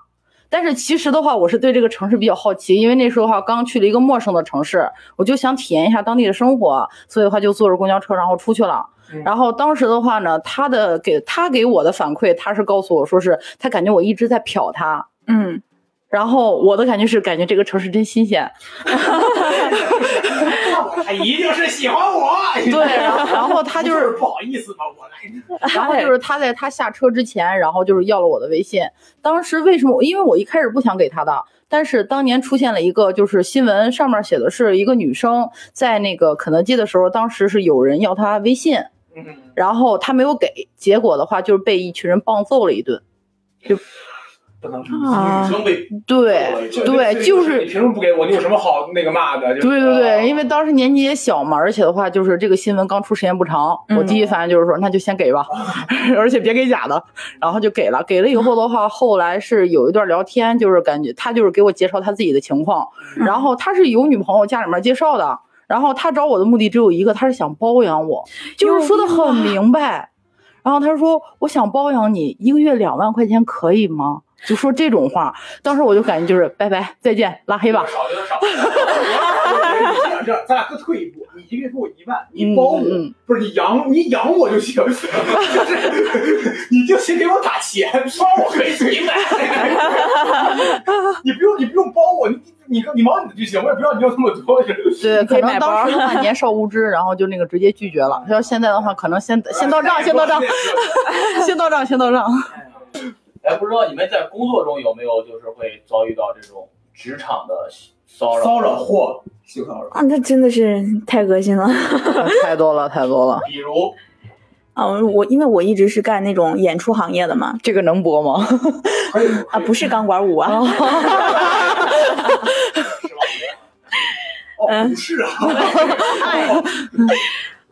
Speaker 3: 但是其实的话，我是对这个城市比较好奇，因为那时候的话刚去了一个陌生的城市，我就想体验一下当地的生活，所以的话就坐着公交车然后出去了
Speaker 4: 嗯。
Speaker 3: 然后当时的话呢，他的给他给我的反馈，他是告诉我说是他感觉我一直在瞟他，
Speaker 5: 嗯，
Speaker 3: 然后我的感觉是感觉这个城市真新鲜，
Speaker 4: 他一定是喜欢我，
Speaker 3: 对， 然 后然后他就是
Speaker 4: 不好意思嘛，我来，
Speaker 3: 然
Speaker 5: 哎
Speaker 3: 后就是他在他下车之前，然后就是要了我的微信。当时为什么？因为我一开始不想给他的，但是当年出现了一个就是新闻，上面写的是一个女生在那个肯德基的时候，当时是有人要她微信，
Speaker 4: 嗯，
Speaker 3: 然后她没有给，结果的话就是被一群人棒揍了一顿。
Speaker 4: 不能
Speaker 5: 啊
Speaker 1: 女生被
Speaker 3: 对，对，就是
Speaker 4: 你。凭什么不给我？你有什么好那个骂的？啊
Speaker 3: 对对
Speaker 4: 哦
Speaker 3: 对，因为当时年纪也小嘛，而且的话就是这个新闻刚出时间不长，我第一反应就是说那就先给吧， 而且别给假的，然后就给了。给了以后的话，后来是有一段聊天，就是感觉他就是给我介绍他自己的情况，然后他是有女朋友，家里面介绍的，然后他找我的目的只有一个，他是想包养我，就是说的很明白。然后他说我想包养你，一个月两万块钱可以吗？就说这种话，当时我就感觉就是拜拜再见拉黑吧，
Speaker 4: 少有点 少。这样这样，咱俩各退一步，你一个月给我一万，你包我，
Speaker 3: 嗯
Speaker 4: 不是你养你养我就行，就是你就先给我打钱，包我可以自 己买，你不用你不用包我，你你你忙你的就行，我也不要你要那么多。
Speaker 3: 对，
Speaker 5: 可
Speaker 3: 可
Speaker 5: 以
Speaker 3: 能
Speaker 5: 买包
Speaker 3: 当 时的话年少无知，然后就那个直接拒绝了。要现在的话，可能先先到账，先到账，先到账，先到账。
Speaker 1: 哎，不知道你们在工作中有没有就是会遭遇到这种职场的骚
Speaker 4: 骚扰或性骚扰，
Speaker 5: 啊，那真的是太恶心了
Speaker 3: 太多了，太多了。
Speaker 1: 比如
Speaker 5: 啊！我因为我一直是干那种演出行业的嘛，
Speaker 3: 这个能播吗？
Speaker 4: 可以
Speaker 5: 啊，不是钢管舞啊，嗯
Speaker 4: 哦，不是啊，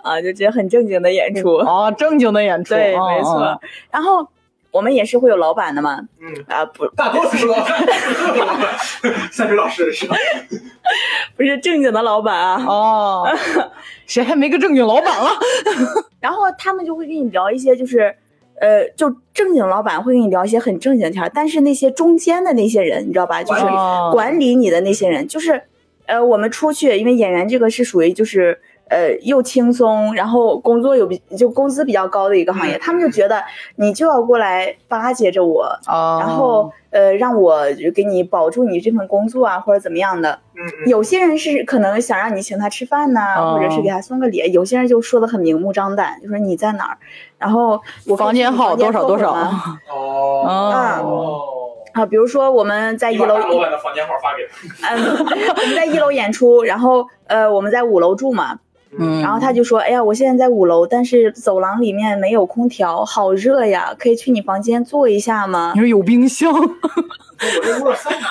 Speaker 5: 啊，就直接很正经的演出。
Speaker 3: 哦，正经的演出，
Speaker 5: 对，
Speaker 3: 哦
Speaker 5: 没错。。然后我们也是会有老板的嘛，
Speaker 4: 嗯，
Speaker 5: 啊，不
Speaker 4: 大多数老师， 三水老师是
Speaker 5: 不是正经的老板啊，
Speaker 3: 哦，谁还没个正经老板 了？
Speaker 5: 然后他们就会跟你聊一些就是，呃，就正经老板会跟你聊一些很正经的天儿，但是那些中间的那些人，你知道吧，就是
Speaker 3: 哦
Speaker 5: 管理你的那些人，就是，呃，我们出去，因为演员这个是属于就是。呃，又轻松，然后工作有比就工资比较高的一个行业，
Speaker 4: 嗯
Speaker 5: 他们就觉得你就要过来巴结着我，
Speaker 3: 哦，
Speaker 5: 然后呃让我给你保住你这份工作啊，或者怎么样的。
Speaker 4: 嗯嗯。
Speaker 5: 有些人是可能想让你请他吃饭呐、
Speaker 3: 哦
Speaker 5: 或者是给他送个礼；有些人就说的很明目张胆，就说你在哪儿，然后我
Speaker 3: 房间号多少多少
Speaker 5: 啊、
Speaker 3: 哦，
Speaker 4: 哦，
Speaker 5: 啊，比如说我们哎在一
Speaker 4: 你把
Speaker 5: 楼，
Speaker 4: 大老板的 房间号发给他。
Speaker 5: 嗯，我们在一楼演出，然后呃我们在五楼住嘛，
Speaker 3: 嗯，
Speaker 5: 然后他就说：“哎呀，我现在在五楼，但是走廊里面没有空调，好热呀，可以去你房间坐一下吗
Speaker 3: 你说有冰箱，
Speaker 4: 我这屋有桑拿，？”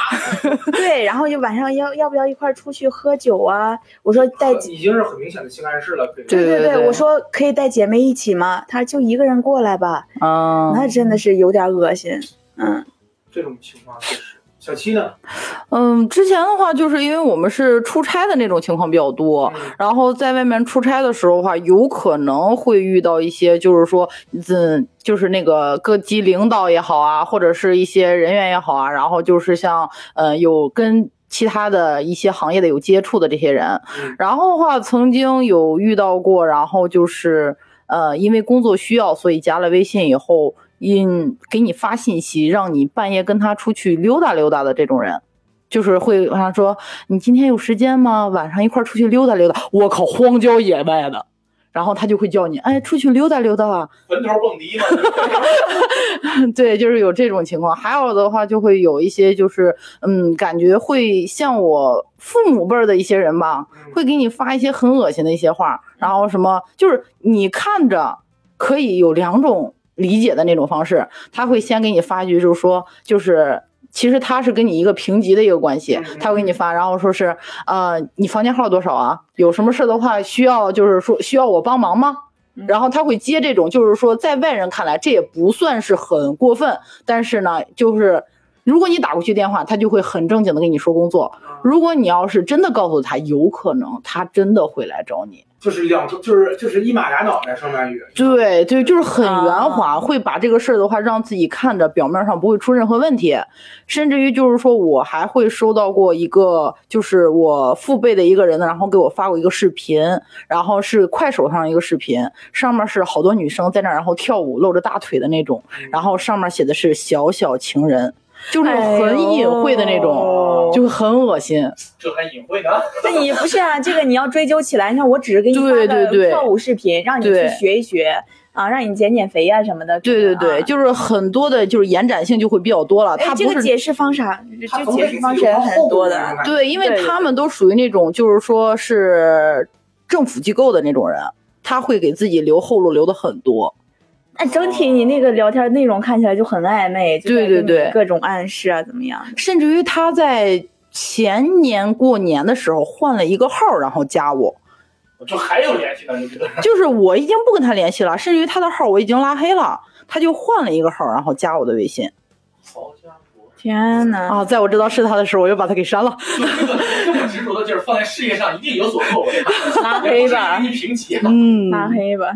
Speaker 5: 对，然后就晚上要要不要一块儿出去喝酒啊？我说带
Speaker 4: 已经是很明显的性暗示了，可以。
Speaker 3: 对
Speaker 5: 对
Speaker 3: 对对
Speaker 5: 我说可以带姐妹一起吗？他说就一个人过来吧，
Speaker 3: 啊，
Speaker 5: 嗯那真的是有点恶心。 嗯，
Speaker 4: 这种情况确实。小七呢？
Speaker 3: 嗯，之前的话，就是因为我们是出差的那种情况比较多，
Speaker 5: 哦
Speaker 4: 嗯
Speaker 3: 然后在外面出差的时候的话，有可能会遇到一些，就是说，嗯，就是那个各级领导也好啊，或者是一些人员也好啊，然后就是像呃有跟。其他的一些行业的有接触的这些人，
Speaker 4: 嗯
Speaker 3: 然后的话，曾经有遇到过，然后就是呃，因为工作需要，所以加了微信以后，因给你发信息，让你半夜跟他出去溜达溜达的这种人，就是会晚上说你今天有时间吗？晚上一块儿出去溜达溜达。我靠，荒郊野外的。然后他就会叫你，哎，出去溜达溜达啊！
Speaker 4: 坟头蹦迪嘛，
Speaker 3: 对，就是有这种情况。还有的话，就会有一些就是，嗯，感觉会像我父母辈儿的一些人吧，
Speaker 4: 嗯
Speaker 3: 会给你发一些很恶心的一些话，然后什么就是你看着可以有两种理解的那种方式，他会先给你发一句，就是说就是。其实他是跟你一个评级的一个关系
Speaker 4: 嗯嗯，
Speaker 3: 他会给你发，然后说是，呃，你房间号多少啊？有什么事的话需要就是说需要我帮忙吗？
Speaker 4: 嗯
Speaker 3: 然后他会接这种，就是说在外人看来这也不算是很过分，但是呢，就是如果你打过去电话，他就会很正经的跟你说工作，
Speaker 4: 啊
Speaker 3: 如果你要是真的告诉他，有可能他真的会来找你。
Speaker 4: 就是两头，就是就是一马俩脑袋，相当于。
Speaker 3: 对对，就是很圆滑，
Speaker 5: 啊
Speaker 3: 会把这个事儿的话让自己看着表面上不会出任何问题，甚至于就是说我还会收到过一个，就是我父辈的一个人呢，然后给我发过一个视频，然后是快手上一个视频，上面是好多女生在那儿然后跳舞露着大腿的那种，
Speaker 5: 嗯
Speaker 3: 然后上面写的是“小小情人”，就是很隐晦的那种，
Speaker 5: 哎呦
Speaker 3: 就很恶心。
Speaker 4: 这还隐晦呢。
Speaker 5: 那你不是啊？这个你要追究起来，你看我只是给你发
Speaker 3: 对对
Speaker 5: 个
Speaker 3: 对
Speaker 5: 跳舞视频，让你
Speaker 3: 对
Speaker 5: 去学一学啊，让你减减肥呀、什么的。
Speaker 3: 对对
Speaker 5: 可能
Speaker 3: 对，
Speaker 5: 啊
Speaker 3: 就是很多的，就是延展性就会比较多了。它
Speaker 5: 哎，
Speaker 3: 不
Speaker 5: 这个
Speaker 3: 是
Speaker 5: 解释方式啊，
Speaker 4: 他
Speaker 5: 这
Speaker 4: 总
Speaker 5: 解
Speaker 4: 得
Speaker 5: 释
Speaker 4: 给
Speaker 5: 方
Speaker 4: 自己
Speaker 5: 式
Speaker 4: 留
Speaker 5: 还
Speaker 4: 个
Speaker 5: 很
Speaker 4: 后
Speaker 5: 多
Speaker 4: 路
Speaker 5: 的
Speaker 4: 那
Speaker 5: 啊
Speaker 4: 种。感觉。
Speaker 3: 对，因为
Speaker 5: 对
Speaker 3: 他们都属于那种就是说是政府机构的那种人，他会给自己留后路留的很多。
Speaker 5: 哎，整体你那个聊天内容看起来就很暧昧，就
Speaker 3: 对
Speaker 5: 在
Speaker 3: 对
Speaker 5: 跟你
Speaker 3: 对
Speaker 5: 各种暗示啊，怎么样？
Speaker 3: 甚至于他在前年过年的时候换了一个号，然后加我，
Speaker 4: 这还有联系呢，你这个。
Speaker 3: 就是我已经不跟他联系了，甚至于他的号我已经拉黑了，他就换了一个号，然后加我的微信
Speaker 4: 曹家卓，
Speaker 5: 天呐，
Speaker 3: 啊，在我知道是他的时候，我又把他给删了。
Speaker 4: 就这个这么执着的劲儿，放在事业上一定有所作为，
Speaker 5: 拉黑
Speaker 4: 也不是因
Speaker 5: 吧
Speaker 4: 为，你评级。
Speaker 3: 嗯
Speaker 5: 拉黑吧，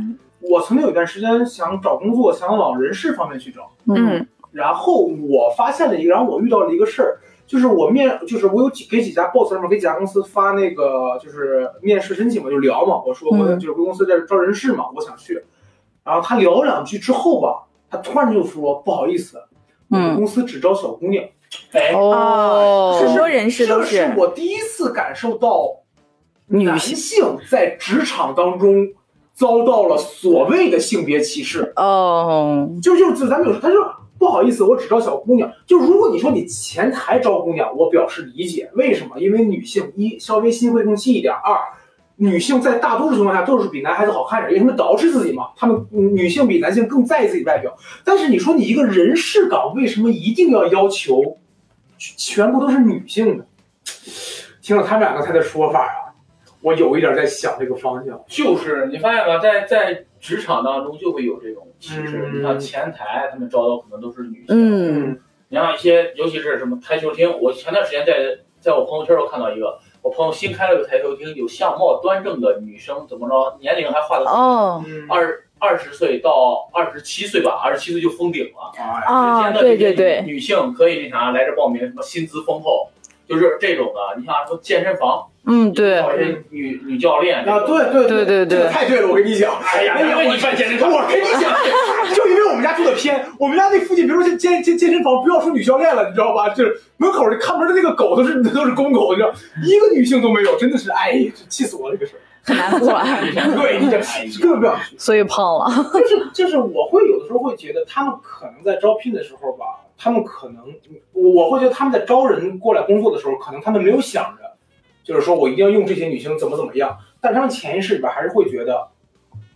Speaker 4: 我曾经有一段时间想找工作，想往人事方面去找，
Speaker 3: 嗯
Speaker 5: 嗯
Speaker 4: 然后我发现了一个，然后我遇到了一个事儿，就是我面，就是我有几给几家 boss 上面给几家公司发那个就是面试申请嘛，就聊嘛，我说我
Speaker 3: 嗯
Speaker 4: 就是贵公司在招人事嘛，我想去，然后他聊两句之后吧，他突然就说不好意思，我们
Speaker 3: 嗯
Speaker 4: 公司只招小姑娘。哎
Speaker 5: 嗯
Speaker 3: 哦，
Speaker 5: 很多人士
Speaker 4: 这
Speaker 5: 都
Speaker 4: 是我第一次感受到
Speaker 3: 女
Speaker 4: 男
Speaker 3: 性
Speaker 4: 性在职场当中遭到了所谓的性别歧视，
Speaker 3: 哦，
Speaker 4: 就就就咱们有时候他就不好意思，我只招小姑娘。就如果你说你前台招姑娘，我表示理解，为什么？因为女性一稍微心灰更气一点，二。女性在大多数情况下都是比男孩子好看点，因为她们捯饬自己嘛。她们嗯女性比男性更在意自己外表，但是你说你一个人事岗为什么一定要要求全部都是女性呢？听了他们两个才的说法啊，我有一点在想这个方向。
Speaker 1: 就是你发现吗，在在职场当中就会有这种歧视。
Speaker 4: 嗯
Speaker 1: 你像前台，他们招的可能都是女性。
Speaker 3: 嗯，
Speaker 1: 你像一些，尤其是什么台球厅，我前段时间在在我朋友圈我看到一个，我朋友新开了个台球厅，有相貌端正的女生，怎么着，年龄还画的
Speaker 3: 哦，
Speaker 4: 嗯
Speaker 1: 二二十岁到二十七岁吧，二十七岁就封顶了。
Speaker 4: 哎
Speaker 1: 直
Speaker 5: 啊，
Speaker 1: 接的
Speaker 5: 对
Speaker 1: 这
Speaker 5: 对
Speaker 1: 些
Speaker 5: 对，
Speaker 1: 女性可以那啥来这报名，什么薪资丰厚，就是这种的。你像什么健身房，
Speaker 3: 嗯，对，
Speaker 1: 找一些女女教练
Speaker 4: 啊，对啊对
Speaker 3: 对对对
Speaker 4: 这个太对了，我跟你讲，
Speaker 1: 哎呀，因为你办健身房，
Speaker 4: 我跟你讲， 就因为我们家住的偏，我们家那附近，比如说健健健健身房，不要说女教练了，你知道吧？就是门口那看门的那个狗都是都是公狗，你知道，一个女性都没有，真的是，哎，气死我了这个事儿。
Speaker 5: 很难过。
Speaker 1: 啊
Speaker 4: 对，你这 根本不想去。
Speaker 3: 所以胖了。
Speaker 4: 就是就是，我会有的时候会觉得，他们可能在招聘的时候吧，他们可能，我会觉得他们在招人过来工作的时候，可能他们没有想着。就是说我一定要用这些女性怎么怎么样，但他们潜意识里边还是会觉得，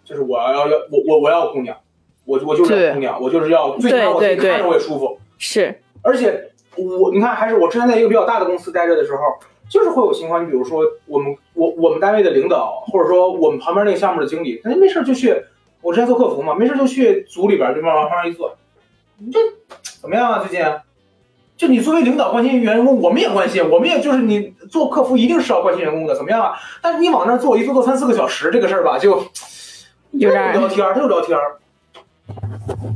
Speaker 4: 就是我要要我我我要姑娘，我我就是要姑娘，我就是要最起码我自
Speaker 5: 对
Speaker 4: 己
Speaker 5: 对
Speaker 4: 看着我也舒服。
Speaker 5: 是，
Speaker 4: 而且我你看，还是我之前在一个比较大的公司待着的时候，就是会有情况，你比如说我们我我们单位的领导，或者说我们旁边那个项目的经理，人家没事就去，我之前做客服嘛，没事就去组里边就慢慢往上一坐，你这怎么样啊？最近？就你作为领导关心员工，我们也关心，我们也就是你做客服一定是要关心员工的，怎么样啊？但是你往那儿坐一坐坐三四个小时，这个事儿吧，就
Speaker 5: 有点儿
Speaker 4: 聊天儿，就聊天儿，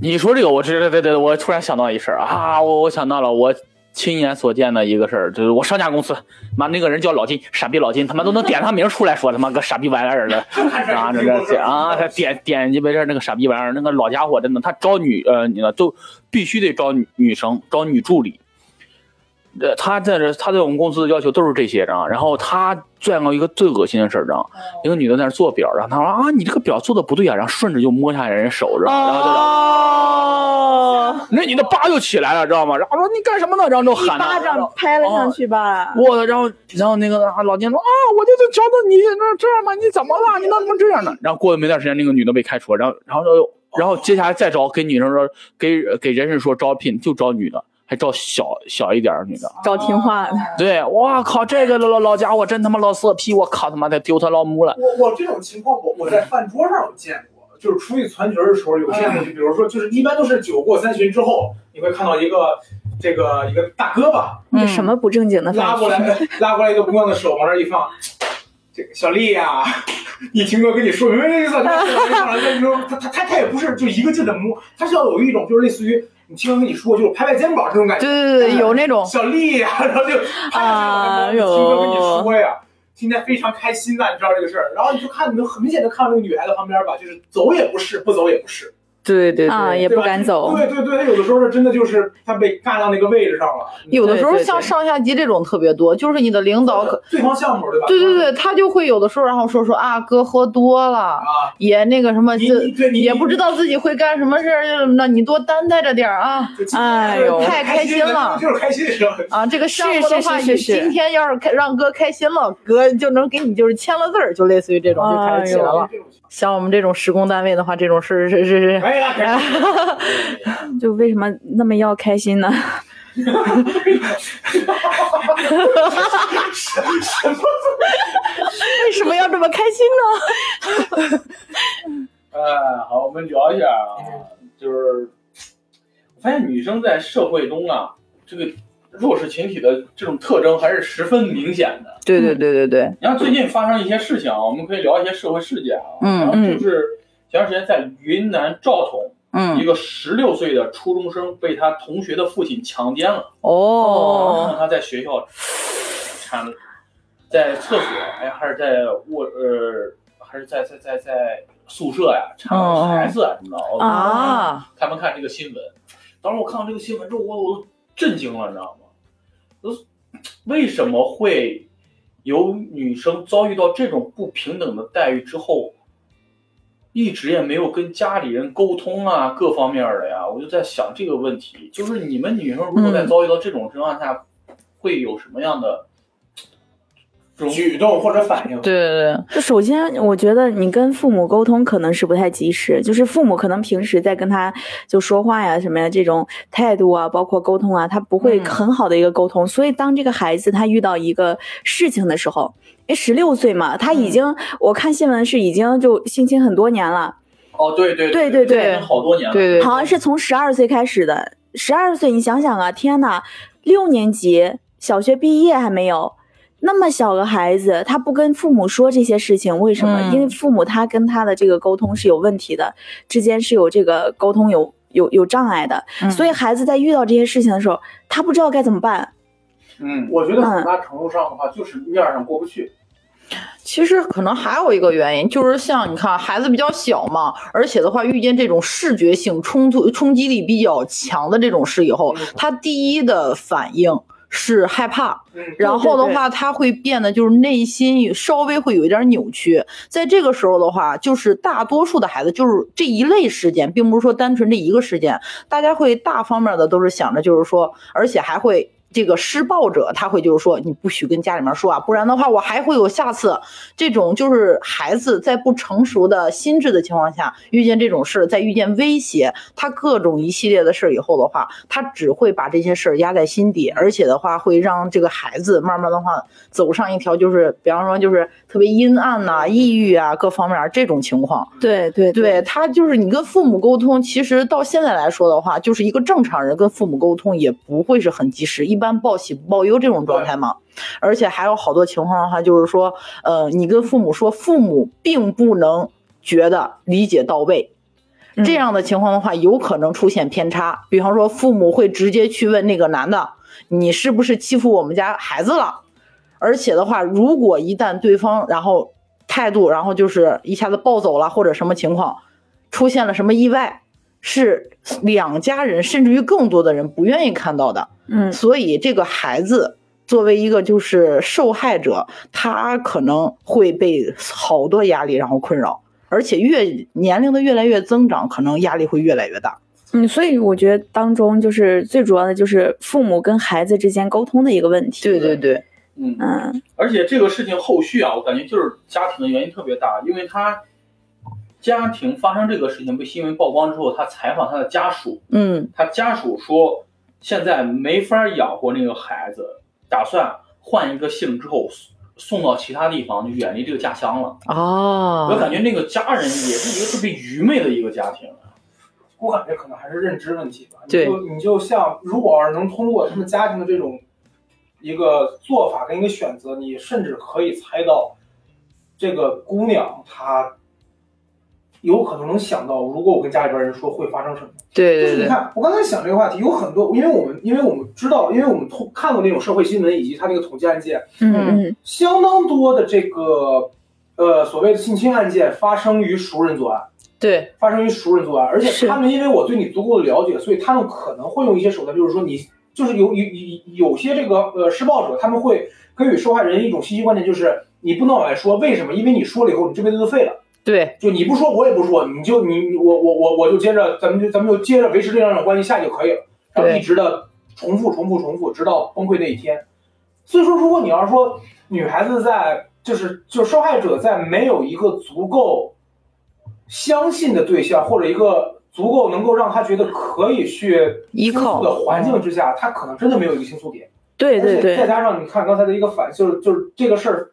Speaker 1: 你说这个，我这对对对，我突然想到一事儿啊，我我想到了我亲眼所见的一个事儿，就是我上家公司，妈那个人叫老金，傻逼老金，他妈都能点他名出来说他妈个傻逼玩意儿的，啊这这 啊他点点鸡巴这那个傻逼玩意儿，那个老家伙真的，他招女呃你呢都必须得招女女生，招女助理。呃，他在这，他对我们公司的要求都是这些，然后，然后他见过一个最恶心的事儿，知道
Speaker 5: 哦
Speaker 1: 吗？一个女的在那儿做表，然后他说啊，你这个表做的不对啊，然后顺着就摸下人家手，知道吗？然后就
Speaker 5: 哦，
Speaker 1: 那你的疤就起来了，知道吗？然后说你干什么呢？然后就
Speaker 5: 一
Speaker 1: 喊他哦
Speaker 5: 巴，掌拍了上去吧。
Speaker 1: 我的，然后然后那个啊老金说啊，我就是觉得你那这样吧，你怎么了？你怎么这样呢？然后过了没段时间，那个女的被开除了，然后然后就然后接下来再招给女生说给给人事说招聘就招女的，还招小小一点儿的女的。
Speaker 5: 找听话的，
Speaker 1: 对，我靠，这个老老家伙真他妈老色批，我靠他妈的丢他老母了。
Speaker 4: 我我这种情况，我我在饭桌上有见过，就是出去团局儿的时候有见过，就比如说，就是一般都是酒过三巡之后，你会看到一个这个一个大哥吧，
Speaker 5: 这什么不正经的
Speaker 4: 拉
Speaker 5: 饭
Speaker 4: 过
Speaker 5: 局？
Speaker 4: 来 拉过来一个姑娘的手，往这儿一放，这个小丽呀、你听哥跟你说明白这意思，你说他他他他也不是就一个劲的摸，他是要有一种就是类似于你听哥跟你说，就是拍拍肩膀这种感觉。
Speaker 5: 对 对对，有那
Speaker 3: 哦
Speaker 5: 种
Speaker 4: 小丽呀、然后就拍
Speaker 5: 啊
Speaker 4: 拍肩膀，听哥跟你说呀。今天非常开心啊呐、你知道这个事儿，然后你就看，你就很明显的看到那个女孩子旁边吧，就是走也不是，不走也不是，
Speaker 3: 对对
Speaker 5: 啊，
Speaker 3: 对，
Speaker 5: 也
Speaker 4: 对
Speaker 5: 不
Speaker 4: 吧
Speaker 5: 敢走。
Speaker 4: 对对对，她有的时候是真的就是她被干到那个位置上了，
Speaker 3: 有的时候
Speaker 5: 对对
Speaker 3: 像
Speaker 5: 对
Speaker 3: 上下级这种特别多，就是你的领导 可，
Speaker 4: 对方项目对吧？
Speaker 3: 对对对，他就会有的时候然后说说啊哥喝多了，
Speaker 4: 啊，
Speaker 3: 也那个什么
Speaker 4: 你
Speaker 3: 啊这
Speaker 4: 你对你
Speaker 3: 也不知道自己会干什么事儿，就什么的，你多担待着点儿啊。
Speaker 5: 哎呦
Speaker 4: 就是
Speaker 3: 太开心了
Speaker 4: 就是开心的时候。
Speaker 3: 啊，这个项目
Speaker 5: 是
Speaker 3: 的
Speaker 5: 是
Speaker 3: 话，
Speaker 5: 是
Speaker 3: 你
Speaker 5: 是
Speaker 3: 今天要是开让哥开心了，哥就能给你就是签了字儿，就类似于这种就开始
Speaker 4: 哎
Speaker 3: 起来了。哎像我们这种施工单位的话，这种事儿是是是，
Speaker 4: 哎 呀，开心
Speaker 5: 就为什么那么要开心呢？为什么要这么开心呢？
Speaker 1: 哎，好，我们聊一下啊，就是我发现女生在社会中啊，这个弱势群体的这种特征还是十分明显的。
Speaker 3: 对对对对对，
Speaker 1: 你看最近发生一些事情啊，我们可以聊一些社会事件啊。
Speaker 3: 嗯
Speaker 1: 然后就是前段时间在云南肇统，一
Speaker 3: 嗯，
Speaker 1: 个十六岁的初中生被他同学的父亲强奸了，然后
Speaker 3: 哦，
Speaker 1: 他在学校产，在厕所哎呀，还是在卧呃，还是在在在在宿舍呀，
Speaker 3: 哦
Speaker 1: 产了孩子啊，你知道吗？
Speaker 3: 啊，
Speaker 1: 他们看这个新闻，当时我看到这个新闻之后，我我都震惊了，你知道吗？我都为什么会有女生遭遇到这种不平等的待遇之后，一直也没有跟家里人沟通啊，各方面的呀？我就在想这个问题，就是你们女生如果在遭遇到这种情况下，会有什么样的这种
Speaker 4: 举动或者反应，
Speaker 3: 对对对，
Speaker 5: 就首先，我觉得你跟父母沟通可能是不太及时，就是父母可能平时在跟他就说话呀什么呀这种态度啊，包括沟通啊，他不会
Speaker 3: 嗯
Speaker 5: 很好的一个沟通。所以当这个孩子他遇到一个事情的时候，因为十六岁嘛，他已经、我看新闻是已经就性侵很多年了，
Speaker 1: 哦，对对
Speaker 5: 对
Speaker 1: 对
Speaker 5: 对对
Speaker 1: 好多年了，
Speaker 3: 对对
Speaker 5: 好像是从十二岁开始的。十二岁，你想想啊，天呐，六年级小学毕业还没有，那么小个孩子，他不跟父母说这些事情，为什么？
Speaker 3: 嗯
Speaker 5: 因为父母他跟他的这个沟通是有问题的，之间是有这个沟通有有有障碍的，
Speaker 3: 嗯
Speaker 5: 所以孩子在遇到这些事情的时候，他不知道该怎么办。
Speaker 1: 嗯，
Speaker 4: 我觉得很大程度上的话，就是面儿上过不去。
Speaker 3: 其实可能还有一个原因，就是像你看孩子比较小嘛，而且的话遇见这种视觉性冲突、冲击力比较强的这种事以后，他第一的反应是害怕，
Speaker 4: 嗯，
Speaker 3: 然后的
Speaker 5: 对
Speaker 3: 话，他会变得就是内心有稍微会有一点扭曲。在这个时候的话，就是大多数的孩子，就是这一类事件，并不是说单纯这一个事件，大家会大方面的都是想着就是说，而且还会。这个施暴者他会就是说，你不许跟家里面说啊，不然的话我还会有下次。这种就是孩子在不成熟的心智的情况下，遇见这种事，再遇见威胁，他各种一系列的事儿以后的话，他只会把这些事儿压在心底，而且的话会让这个孩子慢慢的话走上一条就是，比方说就是特别阴暗呐、抑郁啊各方面儿这种情况。
Speaker 5: 对对
Speaker 3: 对他就是你跟父母沟通，其实到现在来说的话，就是一个正常人跟父母沟通也不会是很及时，一般报喜不报忧这种状态嘛。而且还有好多情况的话，就是说，呃，你跟父母说，父母并不能觉得理解到位。
Speaker 5: 嗯
Speaker 3: 这样的情况的话，有可能出现偏差。比方说，父母会直接去问那个男的：“你是不是欺负我们家孩子了？”而且的话，如果一旦对方然后态度，然后就是一下子暴走了，或者什么情况，出现了什么意外，是两家人甚至于更多的人不愿意看到的。
Speaker 5: 嗯
Speaker 3: 所以这个孩子作为一个就是受害者，他可能会被好多压力然后困扰，而且越年龄的越来越增长，可能压力会越来越大。
Speaker 5: 嗯，所以我觉得当中就是最主要的就是父母跟孩子之间沟通的一个问题。
Speaker 3: 对对对，
Speaker 1: 嗯，
Speaker 5: 嗯，
Speaker 1: 而且这个事情后续啊，我感觉就是家庭的原因特别大，因为他家庭发生这个事情被新闻曝光之后，他采访他的家属，
Speaker 3: 嗯
Speaker 1: 他家属说现在没法养活那个孩子，打算换一个姓之后送到其他地方，就远离这个家乡了。我
Speaker 3: 啊，
Speaker 1: 感觉那个家人也是一个特别愚昧的一个家庭。啊
Speaker 4: 我感觉可能还是认知问题吧。
Speaker 3: 对
Speaker 4: 你就你就像，如果要是能通过他们家庭的这种一个做法跟一个选择，你甚至可以猜到这个姑娘她有可能能想到，如果我跟家里边人说会发生什么。
Speaker 3: 对
Speaker 4: 就是你看，我刚才想这个话题，有很多，因为我们因为我们知道，因为我们通看过那种社会新闻以及他那个统计案件，
Speaker 5: 嗯嗯
Speaker 4: 相当多的这个呃所谓的性侵案件发生于熟人作案。
Speaker 3: 对，
Speaker 4: 发生于熟人作案，而且
Speaker 5: 是
Speaker 4: 他们因为我对你足够的了解，所以他们可能会用一些手段，就是说你就是有有有有些这个呃施暴者，他们会给予受害人一种信息观念，就是你不能往外说，为什么？因为你说了以后，你这辈子就废了，
Speaker 3: 对，
Speaker 4: 就你不说我也不说，你就你你我我我我就接着咱们就咱们就接着维持这样的关系下去就可以了，然后
Speaker 3: 对
Speaker 4: 一直的重复重复重复，直到崩溃那一天。所以说，如果你要是说女孩子在就是就受害者在没有一个足够相信的对象，或者一个足够能够让他觉得可以去
Speaker 3: 依靠嗯
Speaker 4: 倾诉的环境之下，他可能真的没有一个倾诉点。
Speaker 5: 对对
Speaker 4: 而且再
Speaker 5: 对，
Speaker 4: 加上你看刚才的一个反，就是就是这个事儿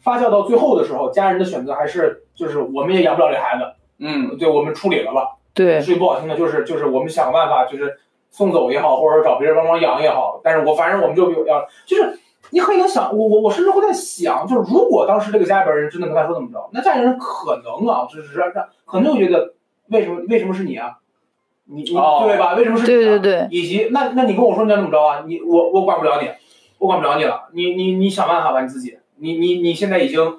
Speaker 4: 发酵到最后的时候，家人的选择还是就是我们也养不了这孩子，
Speaker 1: 嗯，
Speaker 4: 对我们处理了吧。
Speaker 3: 对
Speaker 4: 说句不好听的，就是就是我们想办法，就是送走也好，或者说找别人帮忙养也好，但是我反正我们就有要，就是你可以能想，我我我甚至会在想，就是如果当时这个家里边人真的跟他说怎么着，那家里人可能啊，就是让让可能会觉得为什么为什么是你啊？你你、
Speaker 1: 哦
Speaker 4: 对吧？为什么是你、啊？
Speaker 3: 对对对，
Speaker 4: 以及那那你跟我说你要怎么着啊？你我我管不了你，我管不了你了，你你你想办法吧你自己，你你你现在已经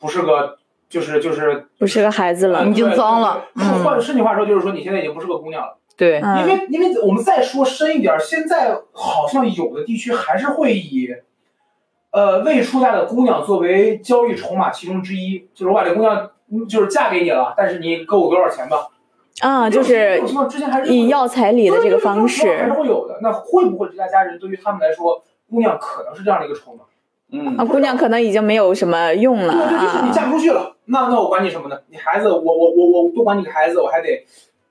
Speaker 4: 不是个就是就是
Speaker 5: 不是个孩子了
Speaker 3: 已。
Speaker 4: 嗯
Speaker 3: 经脏了
Speaker 4: 对对对
Speaker 3: 嗯
Speaker 4: 换身体话说就是说你现在已经不是个姑娘了。
Speaker 3: 对
Speaker 4: 因
Speaker 5: 嗯
Speaker 4: 为因为我们再说深一点儿，现在好像有的地区还是会以，呃，未出嫁的姑娘作为交易筹码其中之一，就是我把这姑娘嗯就是嫁给你了，但是你给我多少钱吧，
Speaker 5: 啊，就是
Speaker 4: 这种情况之前还是
Speaker 5: 以要彩礼的
Speaker 4: 对
Speaker 5: 这
Speaker 4: 对
Speaker 5: 个
Speaker 4: 对
Speaker 5: 方
Speaker 4: 这种情况还是
Speaker 5: 式
Speaker 4: 会有的。那会不会这家家人对于他们来说，姑娘可能是这样的一个筹码？
Speaker 1: 嗯
Speaker 5: 啊，姑娘可能已经没有什么用了
Speaker 4: 对对，就是你
Speaker 5: 啊。
Speaker 4: 嫁不出去了，那那我管你什么呢？你孩子，我我我我多管你个孩子，我还得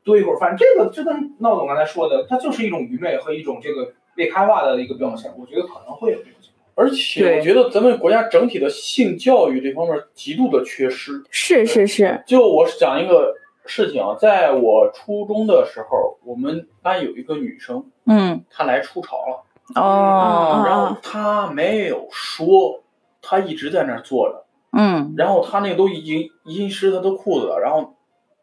Speaker 4: 多一会儿饭。这个就跟闹总刚才说的，它就是一种愚昧和一种这个未开化的一个表现。我觉得可能会有这种情况。
Speaker 1: 而且
Speaker 3: 对
Speaker 1: 我觉得咱们国家整体的性教育这方面极度的缺失。
Speaker 5: 是是是，
Speaker 1: 就我是讲一个事情啊，在我初中的时候，我们班有一个女生，
Speaker 3: 嗯
Speaker 1: 她来初潮了，
Speaker 5: 啊嗯
Speaker 3: 哦
Speaker 1: 然后她没有说，她一直在那儿坐着，
Speaker 3: 嗯
Speaker 1: 然后她那个都已经阴湿她的裤子了，然后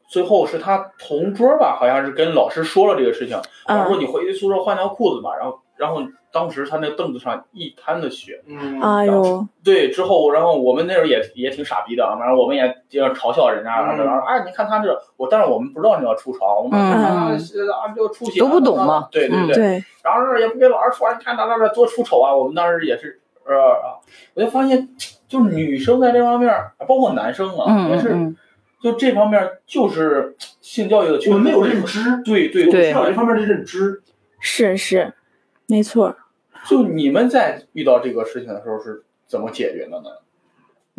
Speaker 1: 最后是她同桌吧，好像是跟老师说了这个事情，老师说
Speaker 5: 嗯
Speaker 1: 你回去宿舍换条裤子吧，然后然后当时她那凳子上一滩的血，
Speaker 4: 嗯
Speaker 5: 哎呦，
Speaker 1: 对，之后然后我们那时候也也挺傻逼的，反正我们也就要嘲笑人家，然后说哎，你看他这，我但是我们不知道你要出潮，我们
Speaker 3: 嗯
Speaker 1: 啊是啊就出血
Speaker 3: 都不懂嘛
Speaker 1: 对对
Speaker 3: 嗯
Speaker 1: 对，
Speaker 5: 对，
Speaker 1: 然后也不给老师说，你看咱那这多出丑啊，我们当时也是呃，我就发现就是女生在这方面，包括男生啊，
Speaker 3: 嗯
Speaker 1: 也是
Speaker 3: 嗯，
Speaker 1: 就这方面就是性教育的缺
Speaker 4: 我
Speaker 1: 失，
Speaker 4: 们没有认知，
Speaker 1: 对对
Speaker 3: 对
Speaker 4: 至少这方面的认知。
Speaker 5: 是是，没错儿。
Speaker 1: 就你们在遇到这个事情的时候是怎么解决的呢？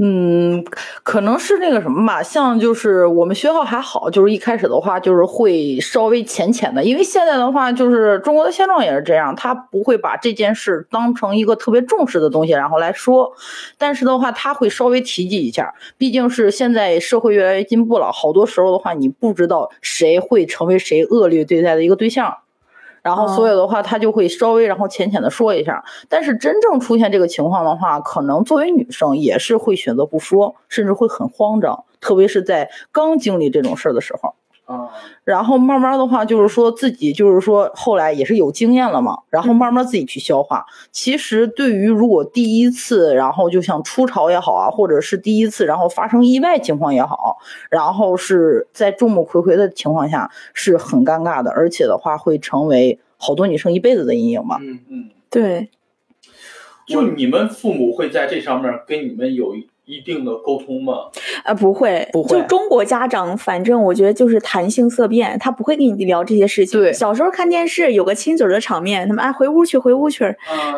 Speaker 3: 嗯，可能是那个什么吧，像就是我们学校还好，就是一开始的话就是会稍微浅浅的，因为现在的话就是中国的现状也是这样，他不会把这件事当成一个特别重视的东西然后来说，但是的话他会稍微提及一下，毕竟是现在社会越来越进步了，好多时候的话你不知道谁会成为谁恶劣对待的一个对象。然后所有的话，他就会稍微然后浅浅的说一下。但是真正出现这个情况的话，可能作为女生也是会选择不说，甚至会很慌张，特别是在刚经历这种事儿的时候。
Speaker 1: 啊，
Speaker 3: 然后慢慢的话，就是说自己就是说后来也是有经验了嘛，然后慢慢自己去消化。其实对于如果第一次，然后就像初潮也好啊，或者是第一次然后发生意外情况也好，然后是在众目睽睽的情况下是很尴尬的，而且的话会成为好多女生一辈子的阴影嘛。
Speaker 1: 嗯嗯，
Speaker 5: 对，
Speaker 1: 就你们父母会在这上面跟你们有一定的沟通吗？
Speaker 5: 啊，不会，
Speaker 3: 不会
Speaker 5: 就中国家长，反正我觉得就是谈性色变，他不会跟你聊这些事情。
Speaker 3: 对
Speaker 5: 小时候看电视有个亲嘴儿的场面，他们哎回屋去，回屋去，
Speaker 4: 啊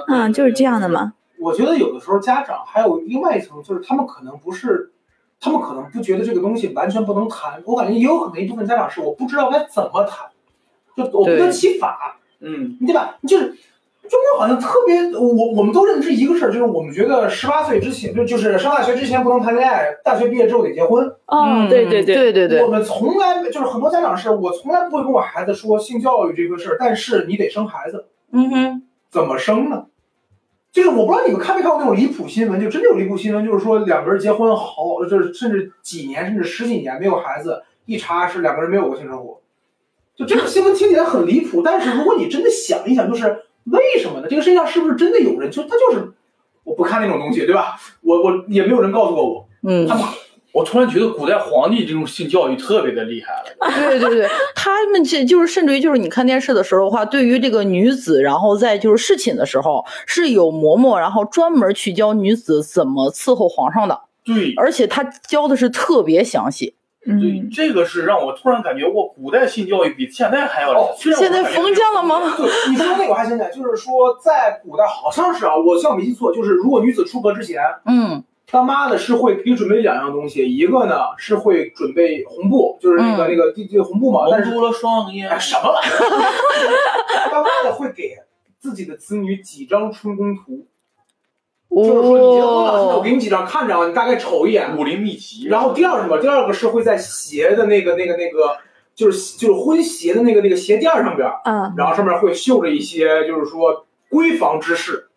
Speaker 5: 嗯，就是这样的。嘛。
Speaker 4: 我觉得有的时候家长还有另外一层，就是他们可能不是，他们可能不觉得这个东西完全不能谈。我感觉也有可能一部分家长是我不知道该怎么谈，就我不
Speaker 3: 对
Speaker 4: 得其法，
Speaker 1: 嗯
Speaker 4: 对吧？就是中国好像特别，我我们都认知一个事儿，就是我们觉得十八岁之前，就就是上大学之前不能谈恋爱，大学毕业之后得结婚。
Speaker 5: 哦，对对对，
Speaker 3: 嗯对对对
Speaker 4: 我，们从来没就是很多家长是我从来不会跟我孩子说性教育这个事儿，但是你得生孩子。
Speaker 3: 嗯哼，
Speaker 4: 怎么生呢？就是我不知道你们看没看过那种离谱新闻，就真的有离谱新闻，就是说两个人结婚好，就是甚至几年甚至十几年没有孩子，一查是两个人没有过性生活。就这个新闻听起来很离谱，但是如果你真的想一想，就是为什么呢？这个世界上是不是真的有人？就他就是我不看那种东西，对吧？我我也没有人告诉过我，
Speaker 3: 嗯
Speaker 4: 他，妈
Speaker 1: 我突然觉得古代皇帝这种性教育特别的厉害了。
Speaker 3: 对对对，他们这就是甚至于就是你看电视的时候的话，对于这个女子，然后在就是侍寝的时候是有嬷嬷，然后专门去教女子怎么伺候皇上的，
Speaker 1: 对，
Speaker 3: 而且他教的是特别详细。
Speaker 1: 对
Speaker 5: 嗯，，
Speaker 1: 这个是让我突然感觉，我古代性教育比现代还要厉害
Speaker 4: 哦。
Speaker 1: 虽然我
Speaker 3: 现在
Speaker 1: 感觉
Speaker 3: 封建了吗？
Speaker 4: 对，你说那个我还想起来，就是说在古代好像是啊，我像没记错，就是如果女子出阁之前，
Speaker 3: 嗯
Speaker 4: 他妈的是会给你准备两样东西，一个呢是会准备红布，就是那个、
Speaker 3: 嗯
Speaker 4: 那个地地红布嘛，但
Speaker 1: 蒙
Speaker 4: 是
Speaker 1: 住了双眼
Speaker 4: 哎，什么玩意儿？他妈的会给自己的子女几张春宫图，就是说你结婚了，现在我给你几张看着啊，你大概瞅一眼。
Speaker 1: 武林秘籍，啊
Speaker 4: 然后第二是什么？第二个是会在鞋的那个那个那个，就是就是婚鞋的那个那个鞋垫上边儿，
Speaker 5: 啊，
Speaker 4: 然后上面会绣着一些就是说闺房之事，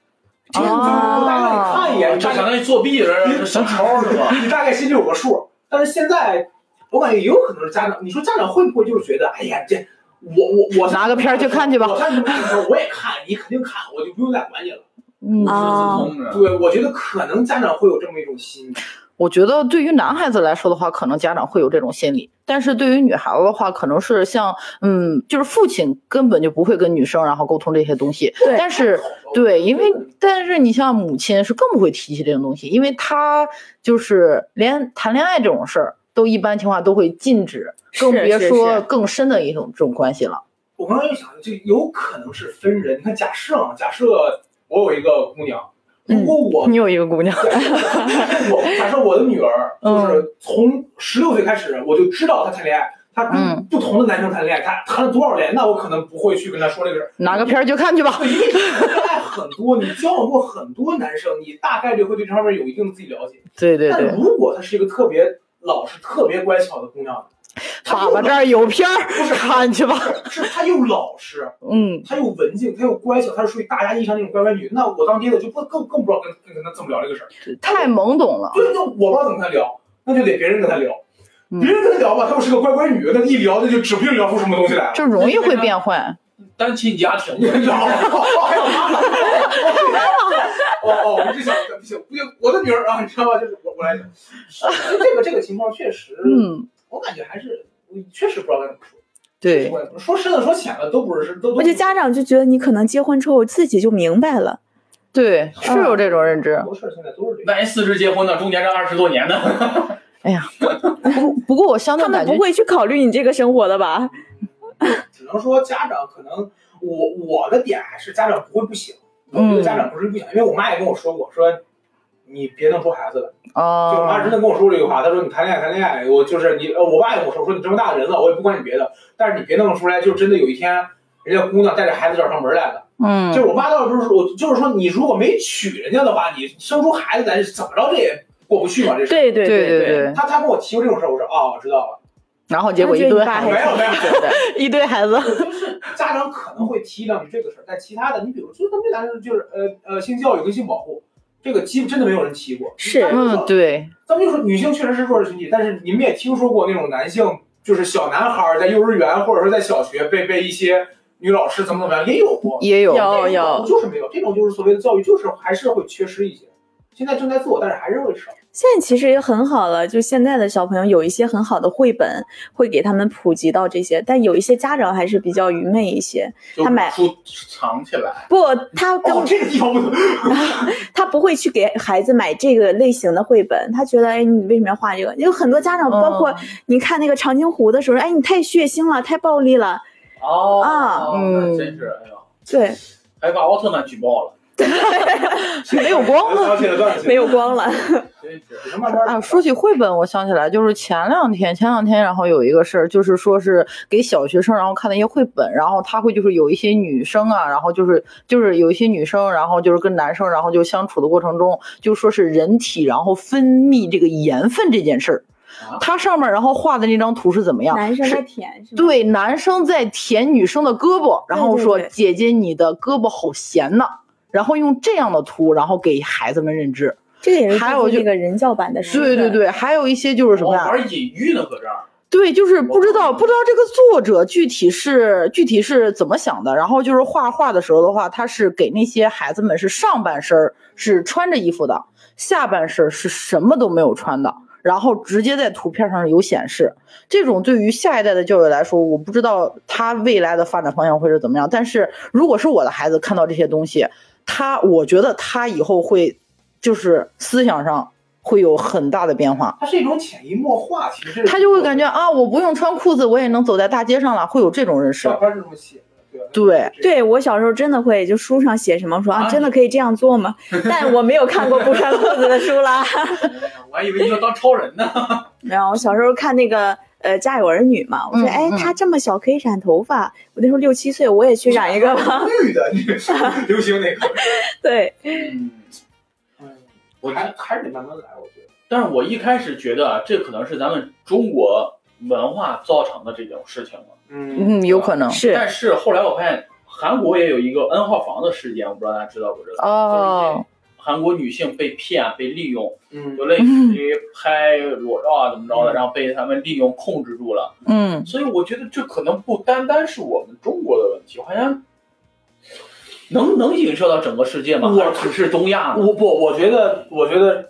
Speaker 4: 这个就是说大概你看一眼，
Speaker 1: 这
Speaker 4: 你大
Speaker 1: 啊
Speaker 4: 概
Speaker 1: 相当于作弊 了，小抄是吧？
Speaker 4: 你大概心里有个数。但是现在，我感觉也有可能是家长，你说家长会不会就是觉得，哎呀，这我我我
Speaker 3: 拿个片儿去看去吧
Speaker 4: 我上你们时候我也看，你肯定看，我就不用再管你了。
Speaker 3: 嗯，
Speaker 5: 啊
Speaker 1: 四字通着。
Speaker 4: 对，我觉得可能家长会有这么一种心理。
Speaker 3: 我觉得对于男孩子来说的话，可能家长会有这种心理，但是对于女孩子的话，可能是像嗯，就是父亲根本就不会跟女生然后沟通这些东西，
Speaker 5: 对
Speaker 3: 但是。对，因为但是你像母亲是更不会提起这种东西，因为她就是连谈恋爱这种事儿都一般情况下都会禁止，更
Speaker 5: 是
Speaker 3: 别
Speaker 5: 是
Speaker 3: 说
Speaker 5: 是
Speaker 3: 更深的一种这种关系了。
Speaker 4: 我刚刚又想，就有可能是分人。你看，假设啊，假设我有一个姑娘，如果我、
Speaker 3: 有一个姑娘，
Speaker 4: 我假设我的女儿
Speaker 3: 嗯
Speaker 4: 就是从十六岁开始，我就知道她谈恋爱，她跟
Speaker 3: 嗯
Speaker 4: 不同的男生谈恋爱，她谈了多少年，那我可能不会去跟她说这个事儿。
Speaker 3: 拿个片儿就看去 吧。
Speaker 4: 因为你谈恋爱很多，你交往过很多男生，你大概率会对这方面有一定的自己了解。
Speaker 3: 对对
Speaker 4: 但
Speaker 3: 对，
Speaker 4: 如果她是一个特别老实、特别乖巧的姑娘，她
Speaker 3: 粑
Speaker 4: 又
Speaker 3: 粑这
Speaker 4: 老
Speaker 3: 儿有片儿
Speaker 4: 不是，
Speaker 3: 看去吧。
Speaker 4: 是她又老实，
Speaker 3: 嗯，
Speaker 4: 她又文静，她又乖巧，她是属于大家意义上那种乖乖女。那我当爹的就不更更不知道跟跟她怎么聊这个事儿。
Speaker 3: 太懵懂了。
Speaker 4: 对，那我不知道怎么跟他聊，那就得别人跟他聊。
Speaker 3: 嗯
Speaker 4: 别人跟他聊吧，他又是个乖乖女，那一聊那就指不定聊出什么东西来了。
Speaker 3: 就容易会变坏，
Speaker 1: 单亲家庭，
Speaker 4: 聊，还有哎妈 妈。 哦哦，我就想，不行不行，我的女儿啊，你知道吧？就是我我来讲，这个这个情况确实，
Speaker 3: 嗯，
Speaker 4: 我感觉还是我确实不知道该怎么说。
Speaker 3: 对，
Speaker 4: 说深了说浅了都不是，都都
Speaker 5: 我觉得家长就觉得你可能结婚之后自己就明白了，
Speaker 3: 对，是有这种认知
Speaker 4: 很。多事儿现在都是这样。
Speaker 1: 万一四十结婚呢？中间这二十多年呢？
Speaker 3: 嗯不不过我相对
Speaker 5: 他
Speaker 3: 感
Speaker 5: 们
Speaker 3: 觉
Speaker 5: 不，会去考虑你这个生活的吧？
Speaker 4: 只能说家长可能，我我的点还是家长不会不想，我
Speaker 3: 嗯
Speaker 4: 觉得家长不是不想，因为我妈也跟我说过，说你别弄出孩子来。就我妈真
Speaker 3: 哦，
Speaker 4: 的跟我说这句话，她说你谈恋爱谈恋爱，我就是你，呃，我爸也跟我说，说你这么大的人了，我也不管你别的，但是你别弄出来，就真的有一天人家姑娘带着孩子找上门来了。
Speaker 3: 嗯，
Speaker 4: 就是我妈倒是说，就是说你如果没娶人家的话，你生出孩子来怎么着这也过不去嘛，这是。
Speaker 5: 对对
Speaker 3: 对
Speaker 5: 对，
Speaker 3: 对，
Speaker 4: 她她跟我提过这种事儿，我说哦，我知道了。
Speaker 3: 然后结果一堆孩
Speaker 4: 没
Speaker 3: 子，
Speaker 4: 有没有，
Speaker 3: 一堆孩子，
Speaker 4: 就是家长可能会提两句这个事儿，但其他的，你比如说咱们男人就是呃呃性教育跟性保护，这个基本真的没有人提过。
Speaker 5: 是
Speaker 4: 大家都知道
Speaker 3: 嗯，对，
Speaker 4: 咱们就说女性确实是弱势群体，但是你们也听说过那种男性，就是小男孩儿在幼儿园或者说在小学被被一些女老师怎么怎么样，也有过。
Speaker 3: 也有，
Speaker 5: 有
Speaker 4: 但是
Speaker 5: 有，
Speaker 4: 就是没有这种就是所谓的教育，就是还是会缺失一些。现在正在做，但是还是会少。
Speaker 5: 现在其实也很好了，就现在的小朋友有一些很好的绘本会给他们普及到这些，但有一些家长还是比较愚昧一些，
Speaker 1: 就
Speaker 5: 他买
Speaker 1: 书藏起来，
Speaker 5: 不，他根
Speaker 4: 哦，这个地方不能。
Speaker 5: 他不会去给孩子买这个类型的绘本，他觉得哎，你为什么要画这个？有很多家长，包
Speaker 3: 嗯
Speaker 5: 括你看那个长津湖的时候，哎，你太血腥了，太暴力了，
Speaker 1: 哦
Speaker 5: 啊
Speaker 3: 嗯
Speaker 1: 那真是，哎呦，
Speaker 5: 对，
Speaker 1: 还把奥特曼举报了，
Speaker 3: 没有光了。
Speaker 4: 想起了，想起了
Speaker 5: 没有光 了。
Speaker 1: 真是。
Speaker 4: 慢慢慢
Speaker 3: 啊，
Speaker 4: 慢
Speaker 3: 说起绘本，我想起来，就是前两天，前两天，然后有一个事儿，就是说是给小学生，然后看的一些绘本，然后他会就是有一些女生啊，然后就是就是有一些女生，然后就是跟男生，然后就相处的过程中，就说是人体然后分泌这个盐分这件事儿
Speaker 1: 啊，
Speaker 3: 它上面然后画的那张图是怎么样？
Speaker 5: 男生
Speaker 3: 是
Speaker 5: 在舔是吗？
Speaker 3: 对，男生在舔女生的胳膊，然后
Speaker 5: 嗯对
Speaker 3: 说：“
Speaker 5: 对
Speaker 3: 姐姐，你的胳膊好咸呐、然后用这样的图，然后给孩子们认知。
Speaker 5: 这个也是
Speaker 3: 还有
Speaker 5: 根据
Speaker 3: 就
Speaker 5: 那个人教版的书
Speaker 3: 对对
Speaker 5: 的，
Speaker 3: 对，还有一些就是什么呀？
Speaker 1: 哦玩隐喻呢，搁这儿。
Speaker 3: 对，就是不知道
Speaker 1: 哦
Speaker 3: 不知道这个作者具体是具体是怎么想的。然后就是画画的时候的话，他是给那些孩子们是上半身儿是穿着衣服的，下半身儿是什么都没有穿的，然后直接在图片上有显示。这种对于下一代的教育来说，我不知道他未来的发展方向会是怎么样。但是如果是我的孩子看到这些东西，他我觉得他以后会就是思想上会有很大的变化。
Speaker 4: 它是一种潜移默化，其实
Speaker 3: 他就会感觉啊，我不用穿裤子，我也能走在大街上了，会有这种认识
Speaker 4: 照。片是这么写的，对吧
Speaker 3: 对
Speaker 5: 对。我小时候真的会，就书上写什么说啊，
Speaker 1: 啊
Speaker 5: 真的可以这样做 吗？但我没有看过不穿裤子的书啦。
Speaker 1: 我还以为你要当超人呢。
Speaker 5: 没有，我小时候看那个呃《家有儿女》嘛，我说
Speaker 3: 嗯
Speaker 5: 哎
Speaker 3: 嗯，
Speaker 5: 他这么小可以染头发，我那时候六七岁，我也去染一个吧。
Speaker 4: 绿的， 你流行那个。
Speaker 5: 对，
Speaker 1: 嗯，
Speaker 4: 嗯，
Speaker 1: 我
Speaker 4: 还还是得慢慢来，我觉得。
Speaker 1: 但是我一开始觉得啊这可能是咱们中国文化造成的这种事情了。
Speaker 4: 嗯，
Speaker 3: 嗯，有可能。
Speaker 5: 是
Speaker 1: 但是后来我发现韩国也有一个 N 号房的事件，我不知道大家知道不知道？
Speaker 3: 哦，
Speaker 1: 韩国女性被骗、啊被利用，
Speaker 4: 嗯
Speaker 1: 就类似于拍裸照啊怎么着的，然后被他们利用控制住了。
Speaker 3: 嗯，
Speaker 1: 所以我觉得这可能不单单是我们中国的问题，好像能能影射到整个世界吗？
Speaker 4: 我
Speaker 1: 还是只是东亚呢？
Speaker 4: 我不，我觉得，我觉得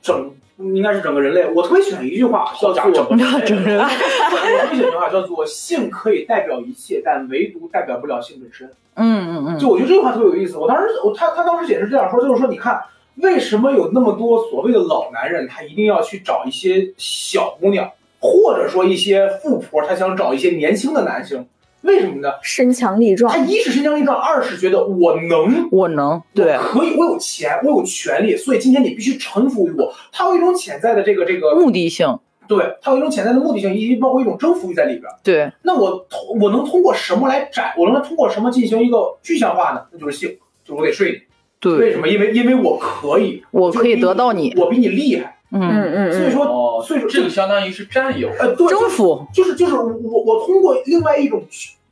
Speaker 4: 整应该是整个人类。我特别喜欢一句话，叫
Speaker 1: 家整
Speaker 4: 做
Speaker 1: 个整人，
Speaker 4: 我特别喜欢一句话叫做“性可以代表一切，但唯独代表不了性本身”。
Speaker 3: 嗯嗯
Speaker 4: 就我觉得这句话特别有意思。我当时我他他当时解释这样说，就是说你看为什么有那么多所谓的老男人，他一定要去找一些小姑娘，或者说一些富婆，他想找一些年轻的男性，为什么呢？
Speaker 5: 身强力壮
Speaker 4: 他，
Speaker 3: 哎
Speaker 4: 一是身强力壮，二是觉得我能
Speaker 3: 嗯，我能对
Speaker 4: 我，可以，我有钱，我有权利，所以今天你必须臣服于我。他有一种潜在的这个这个，
Speaker 3: 目的性
Speaker 4: 对，他有一种潜在的目的性，以及包括一种征服欲在里边。
Speaker 3: 对，
Speaker 4: 那我通我能通过什么来展？我能通过什么进行一个具象化呢？那就是性，就是我得睡你。
Speaker 3: 对
Speaker 4: 为什么？因为因为我可以，
Speaker 3: 我
Speaker 4: 就
Speaker 3: 可以
Speaker 4: 比
Speaker 3: 得到你，
Speaker 4: 我比你厉害。
Speaker 3: 嗯，
Speaker 5: 嗯嗯
Speaker 4: 所以
Speaker 5: 嗯，
Speaker 4: 说，
Speaker 1: 哦，
Speaker 4: 所以说
Speaker 1: 这个相当于是占有。
Speaker 4: 呃，对，
Speaker 3: 征服，
Speaker 4: 就是就是我我通过另外一种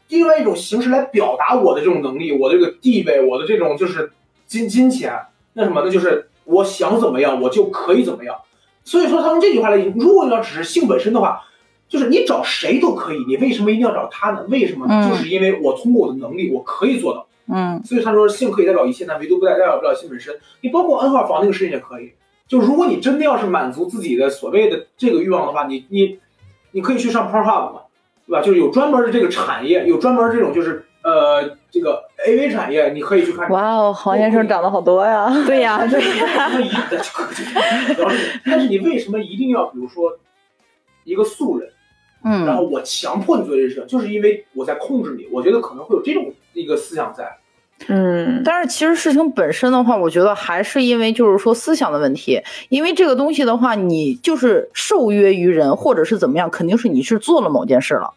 Speaker 4: 另外一种形式来表达我的这种能力，我的这个地位，我的这种就是金金钱，那什么，那就是我想怎么样我就可以怎么样。所以说，他用这句话来，如果你要只是性本身的话，就是你找谁都可以，你为什么一定要找他呢？为什么呢？
Speaker 3: 嗯
Speaker 4: 就是因为我通过我的能力，我可以做到。
Speaker 3: 嗯
Speaker 4: 所以他说性可以代表一切，但唯独不代表不了性本身。你包括 N 号房那个事情也可以，就如果你真的要是满足自己的所谓的这个欲望的话，你你你可以去上 Pornhub 嘛，对吧？就是有专门的这个产业，有专门这种就是呃这个 AV 产业，你可以去看。
Speaker 3: 哇哦，黄先生长得好多 呀，
Speaker 5: 对 呀对呀，
Speaker 4: 但是你为什么一主要是但是你为什么一定要比如说一个素人，然
Speaker 3: 嗯
Speaker 4: 后我强迫你做这件事，就是因为我在控制你，我觉得可能会有这种一个思想在。
Speaker 5: 嗯，
Speaker 3: 但是其实事情本身的话，我觉得还是因为就是说思想的问题，因为这个东西的话，你就是受约于人，或者是怎么样，肯定是你是做了某件事了。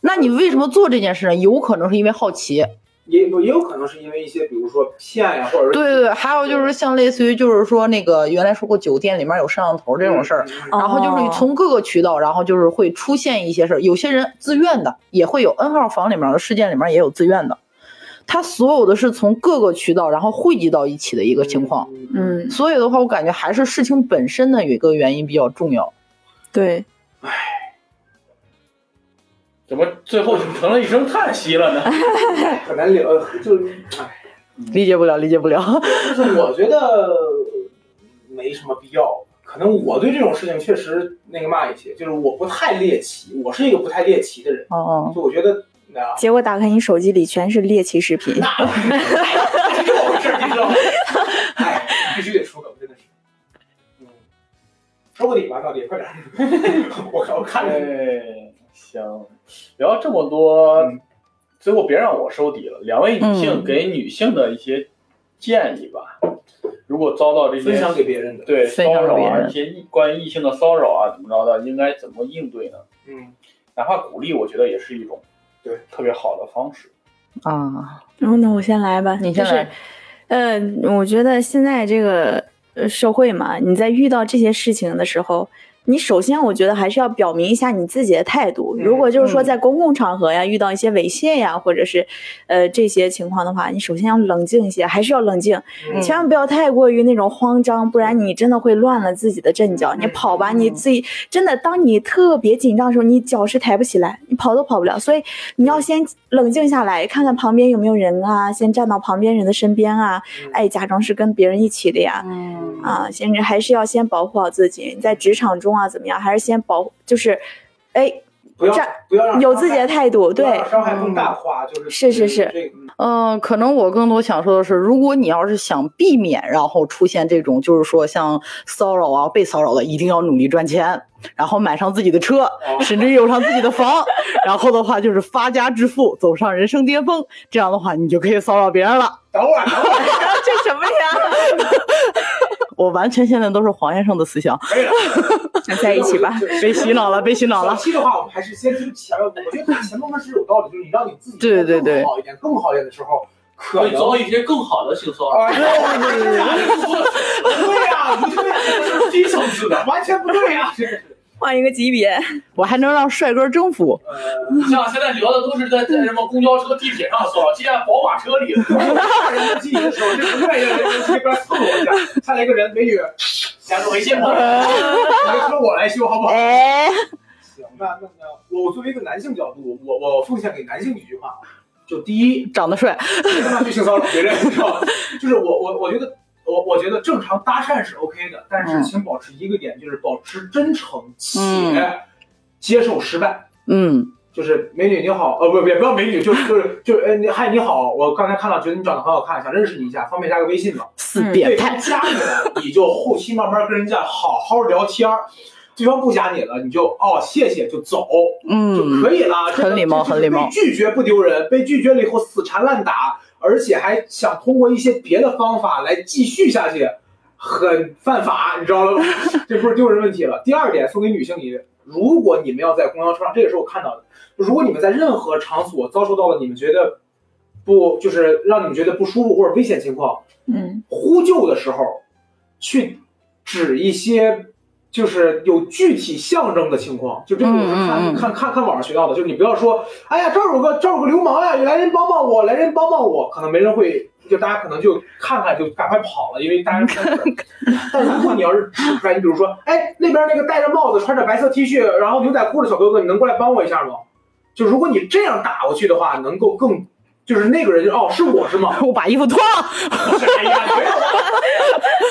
Speaker 3: 那你为什么做这件事呢？有可能是因为好奇，
Speaker 4: 也也有可能是因为一些，比如说骗呀，或者是
Speaker 3: 对对对，还有就是像类似于就是说那个原来说过酒店里面有摄像头这种事儿，，
Speaker 4: 嗯
Speaker 3: 然后
Speaker 5: 哦
Speaker 3: 就是从各个渠道，然后就是会出现一些事儿，有些人自愿的，也会有 N 号房里面的事件里面也有自愿的，他所有的是从各个渠道然后汇集到一起的一个情况。，
Speaker 5: 嗯，
Speaker 3: 所以的话，我感觉还是事情本身的有一个原因比较重要。
Speaker 5: 对，
Speaker 1: 怎么最后成了一声叹息了呢？
Speaker 4: 很难聊，就是哎，
Speaker 3: 理解不了，理解不了。
Speaker 4: 就是我觉得没什么必要。可能我对这种事情确实那个嘛一些，就是我不太猎奇，我是一个不太猎奇的人，
Speaker 3: 哦，
Speaker 4: 就我觉得啊，
Speaker 5: 结果打开你手机里全是猎奇视频，
Speaker 4: 这就回事儿，你知道吗？哎，必须得出梗，真的是。嗯，说不你吧，到底快点儿， 我看我看着你。
Speaker 1: 哎，行，聊这么多
Speaker 4: 嗯，
Speaker 1: 最后别让我收底了。两位女性
Speaker 3: 嗯
Speaker 1: 给女性的一些建议吧，如果遭到这些
Speaker 4: 分享给别人的，
Speaker 1: 对
Speaker 3: 分享
Speaker 1: 骚扰
Speaker 3: 给别
Speaker 1: 啊，
Speaker 3: 人
Speaker 1: 一些异关于异性的骚扰啊，怎么着的，应该怎么应对呢？
Speaker 4: 嗯，
Speaker 1: 哪怕鼓励，我觉得也是一种
Speaker 4: 对
Speaker 1: 特别好的方式。
Speaker 3: 啊，
Speaker 5: 然后呢，我先来吧，
Speaker 3: 你先
Speaker 5: 就是
Speaker 3: 来。
Speaker 5: 呃，我觉得现在这个呃社会嘛，你在遇到这些事情的时候，你首先我觉得还是要表明一下你自己的态度。
Speaker 4: 嗯
Speaker 5: 如果就是说
Speaker 3: 嗯
Speaker 5: 在公共场合呀，遇到一些猥亵呀，或者是呃这些情况的话，你首先要冷静一些，还是要冷静，
Speaker 4: 嗯
Speaker 5: 千万不要太过于那种慌张，不然你真的会乱了自己的阵脚。
Speaker 4: 嗯
Speaker 5: 你跑吧，
Speaker 3: 嗯
Speaker 5: 你自己真的，当你特别紧张的时候，你脚是抬不起来，你跑都跑不了。所以你要先冷静下来，看看旁边有没有人啊，先站到旁边人的身边啊，
Speaker 4: 嗯
Speaker 5: 哎，假装是跟别人一起的呀。
Speaker 3: 嗯
Speaker 5: 啊，先还是要先保护好自己，在职场中啊，怎么样？还是先保，就是，哎，
Speaker 4: 不要
Speaker 5: 这
Speaker 4: 不要让
Speaker 5: 有自己的态度，
Speaker 4: 不要
Speaker 5: 对嗯
Speaker 4: 让，伤害更大化，就是
Speaker 5: 是是是
Speaker 4: 这个嗯
Speaker 3: 嗯，可能我更多想说的是，如果你要是想避免，然后出现这种就是说像骚扰啊、被骚扰的，一定要努力赚钱，然后买上自己的车，甚至有上自己的房，然后的话就是发家致富，走上人生巅峰。这样的话，你就可以骚扰别人了。
Speaker 4: 等会儿等会儿
Speaker 5: 这什么呀？
Speaker 3: 我完全现在都是黄先生的思想，
Speaker 4: 可以了，
Speaker 5: 在一起吧。
Speaker 4: 就是
Speaker 3: 被洗脑了，被洗脑
Speaker 4: 早
Speaker 3: 了。
Speaker 4: 期的话，我们还是先听前面，我觉得前部分是有道理，就是你让你自己
Speaker 3: 对对对
Speaker 4: 更好一点，更好一点的时候，可能
Speaker 1: 遇一些更好的性骚
Speaker 4: 啊，对对呀，不对呀，
Speaker 1: 是低层次的。
Speaker 4: 完全不对呀，真的是。
Speaker 5: 换一个级别，
Speaker 3: 我还能让帅哥征服。
Speaker 4: 呃，
Speaker 1: 像现在聊的都是在在什么公交车、地铁上骚扰，现在宝马车 里，
Speaker 4: 大人不记的时候，这不愿意让人这边蹭我一下，看来一个人美女，
Speaker 1: 加入微信 吧。
Speaker 4: 你就从我来修好不好？
Speaker 3: 哎，
Speaker 4: 行，那那那，我作为一个男性角度，我我奉献给男性几句话啊，就第 一，
Speaker 3: 长得帅，
Speaker 4: 别他妈去性骚扰别人，你知道吗？就是我我我觉得呃我我觉得正常搭讪是 OK 的，但是
Speaker 3: 嗯
Speaker 4: 请保持一个点，就是保持真诚且
Speaker 3: 嗯
Speaker 4: 接受失败。
Speaker 3: 嗯
Speaker 4: 就是美女你好，呃，不，也不要美女，就是就是就是，哎，你嗨你好，我刚才看到觉得你长得很好看，想认识你一下，方便加个微信吗？
Speaker 3: 死
Speaker 5: 嗯
Speaker 3: 变
Speaker 4: 对
Speaker 3: 态
Speaker 4: 方。加你了，你就后期慢慢跟人家好好聊天儿。对方不加你了，你就哦谢谢就走，就
Speaker 3: 嗯
Speaker 4: 可以了，这个
Speaker 3: 很礼貌
Speaker 4: 这就是
Speaker 3: 很礼貌
Speaker 4: 被拒绝不丢人，被拒绝了以后死缠烂打，而且还想通过一些别的方法来继续下去，很犯法，你知道吗？ 这不是丢人问题了。第二点，送给女性你，如果你们要在公交车上，这也是我看到的，如果你们在任何场所遭受到了你们觉得不就是让你们觉得不舒服或者危险情况，
Speaker 5: 嗯
Speaker 4: 呼救的时候，去指一些就是有具体象征的情况，就这个我是看、
Speaker 3: 嗯嗯嗯
Speaker 4: 看看看网上学到的，就是你不要说，哎呀这儿有个这儿有个流氓呀，来人帮帮我，来人帮帮我，可能没人会，就大家可能就看看就赶快跑了，因为大 家 看不懂。但如果你要是指出来，你比如说，哎那边那个戴着帽子、穿着白色 T 恤，然后牛仔裤的小哥哥，你能过来帮我一下吗？就如果你这样打过去的话，能够更。就是那个人就哦，是我是吗？
Speaker 3: 我把衣服脱了。
Speaker 4: 哎呀，没有啊。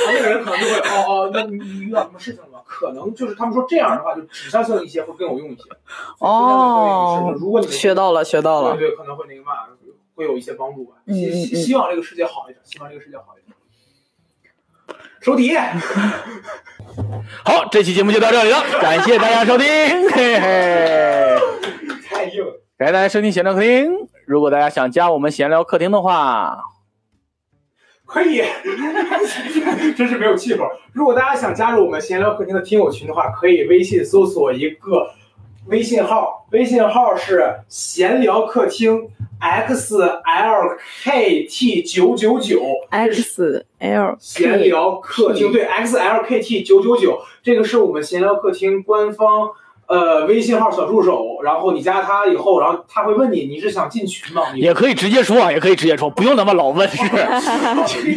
Speaker 4: 那个人可能就会 哦哦，那你你遇到什么事情了吗？可能就是他们说这样的话，就指向性一些会更有用一些。
Speaker 3: 哦
Speaker 4: 如果你
Speaker 3: 学到了，学到了。
Speaker 4: 对对，可能会那个嘛，会有一些帮助吧。
Speaker 5: 嗯嗯
Speaker 4: 希希
Speaker 5: 嗯
Speaker 4: 希望这个世界好一点，希望这个世界好一点。手 底，
Speaker 1: 好，这期节目就到这里了，感谢大家收听，嘿嘿。
Speaker 4: 太硬了。
Speaker 1: 感谢大家收听闲聊客厅。如果大家想加我们闲聊客厅的话，
Speaker 4: 可以， 真是没有气口。如果大家想加入我们闲聊客厅的听友群的话，可以微信搜索一个微信号，微信号是闲聊客厅 X L K T 九九九。
Speaker 5: 哎 X L
Speaker 4: 闲聊客厅对 X L K T 九九九，这个是我们闲聊客厅官方呃微信号小助手，然后你加他以后，然后他会问你你是想进群吗？你
Speaker 1: 也可以直接说，也可以直接说，不用那么老问。
Speaker 4: 哦你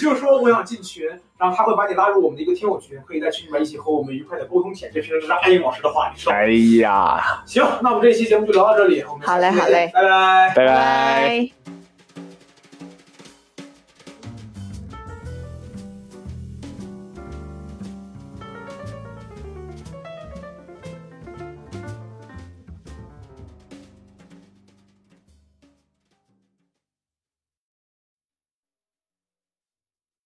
Speaker 4: 就说我想进群，然后他会把你拉入我们的一个听友群，可以在群里面一起和我们愉快的沟通起来。这平时是阿英老师的话，你 说
Speaker 1: 哎呀，
Speaker 4: 行？那我们这期节目就聊到这里，我们下期
Speaker 5: 好嘞
Speaker 4: 再见
Speaker 5: 好嘞
Speaker 4: 拜拜。
Speaker 1: 拜拜。
Speaker 5: 拜。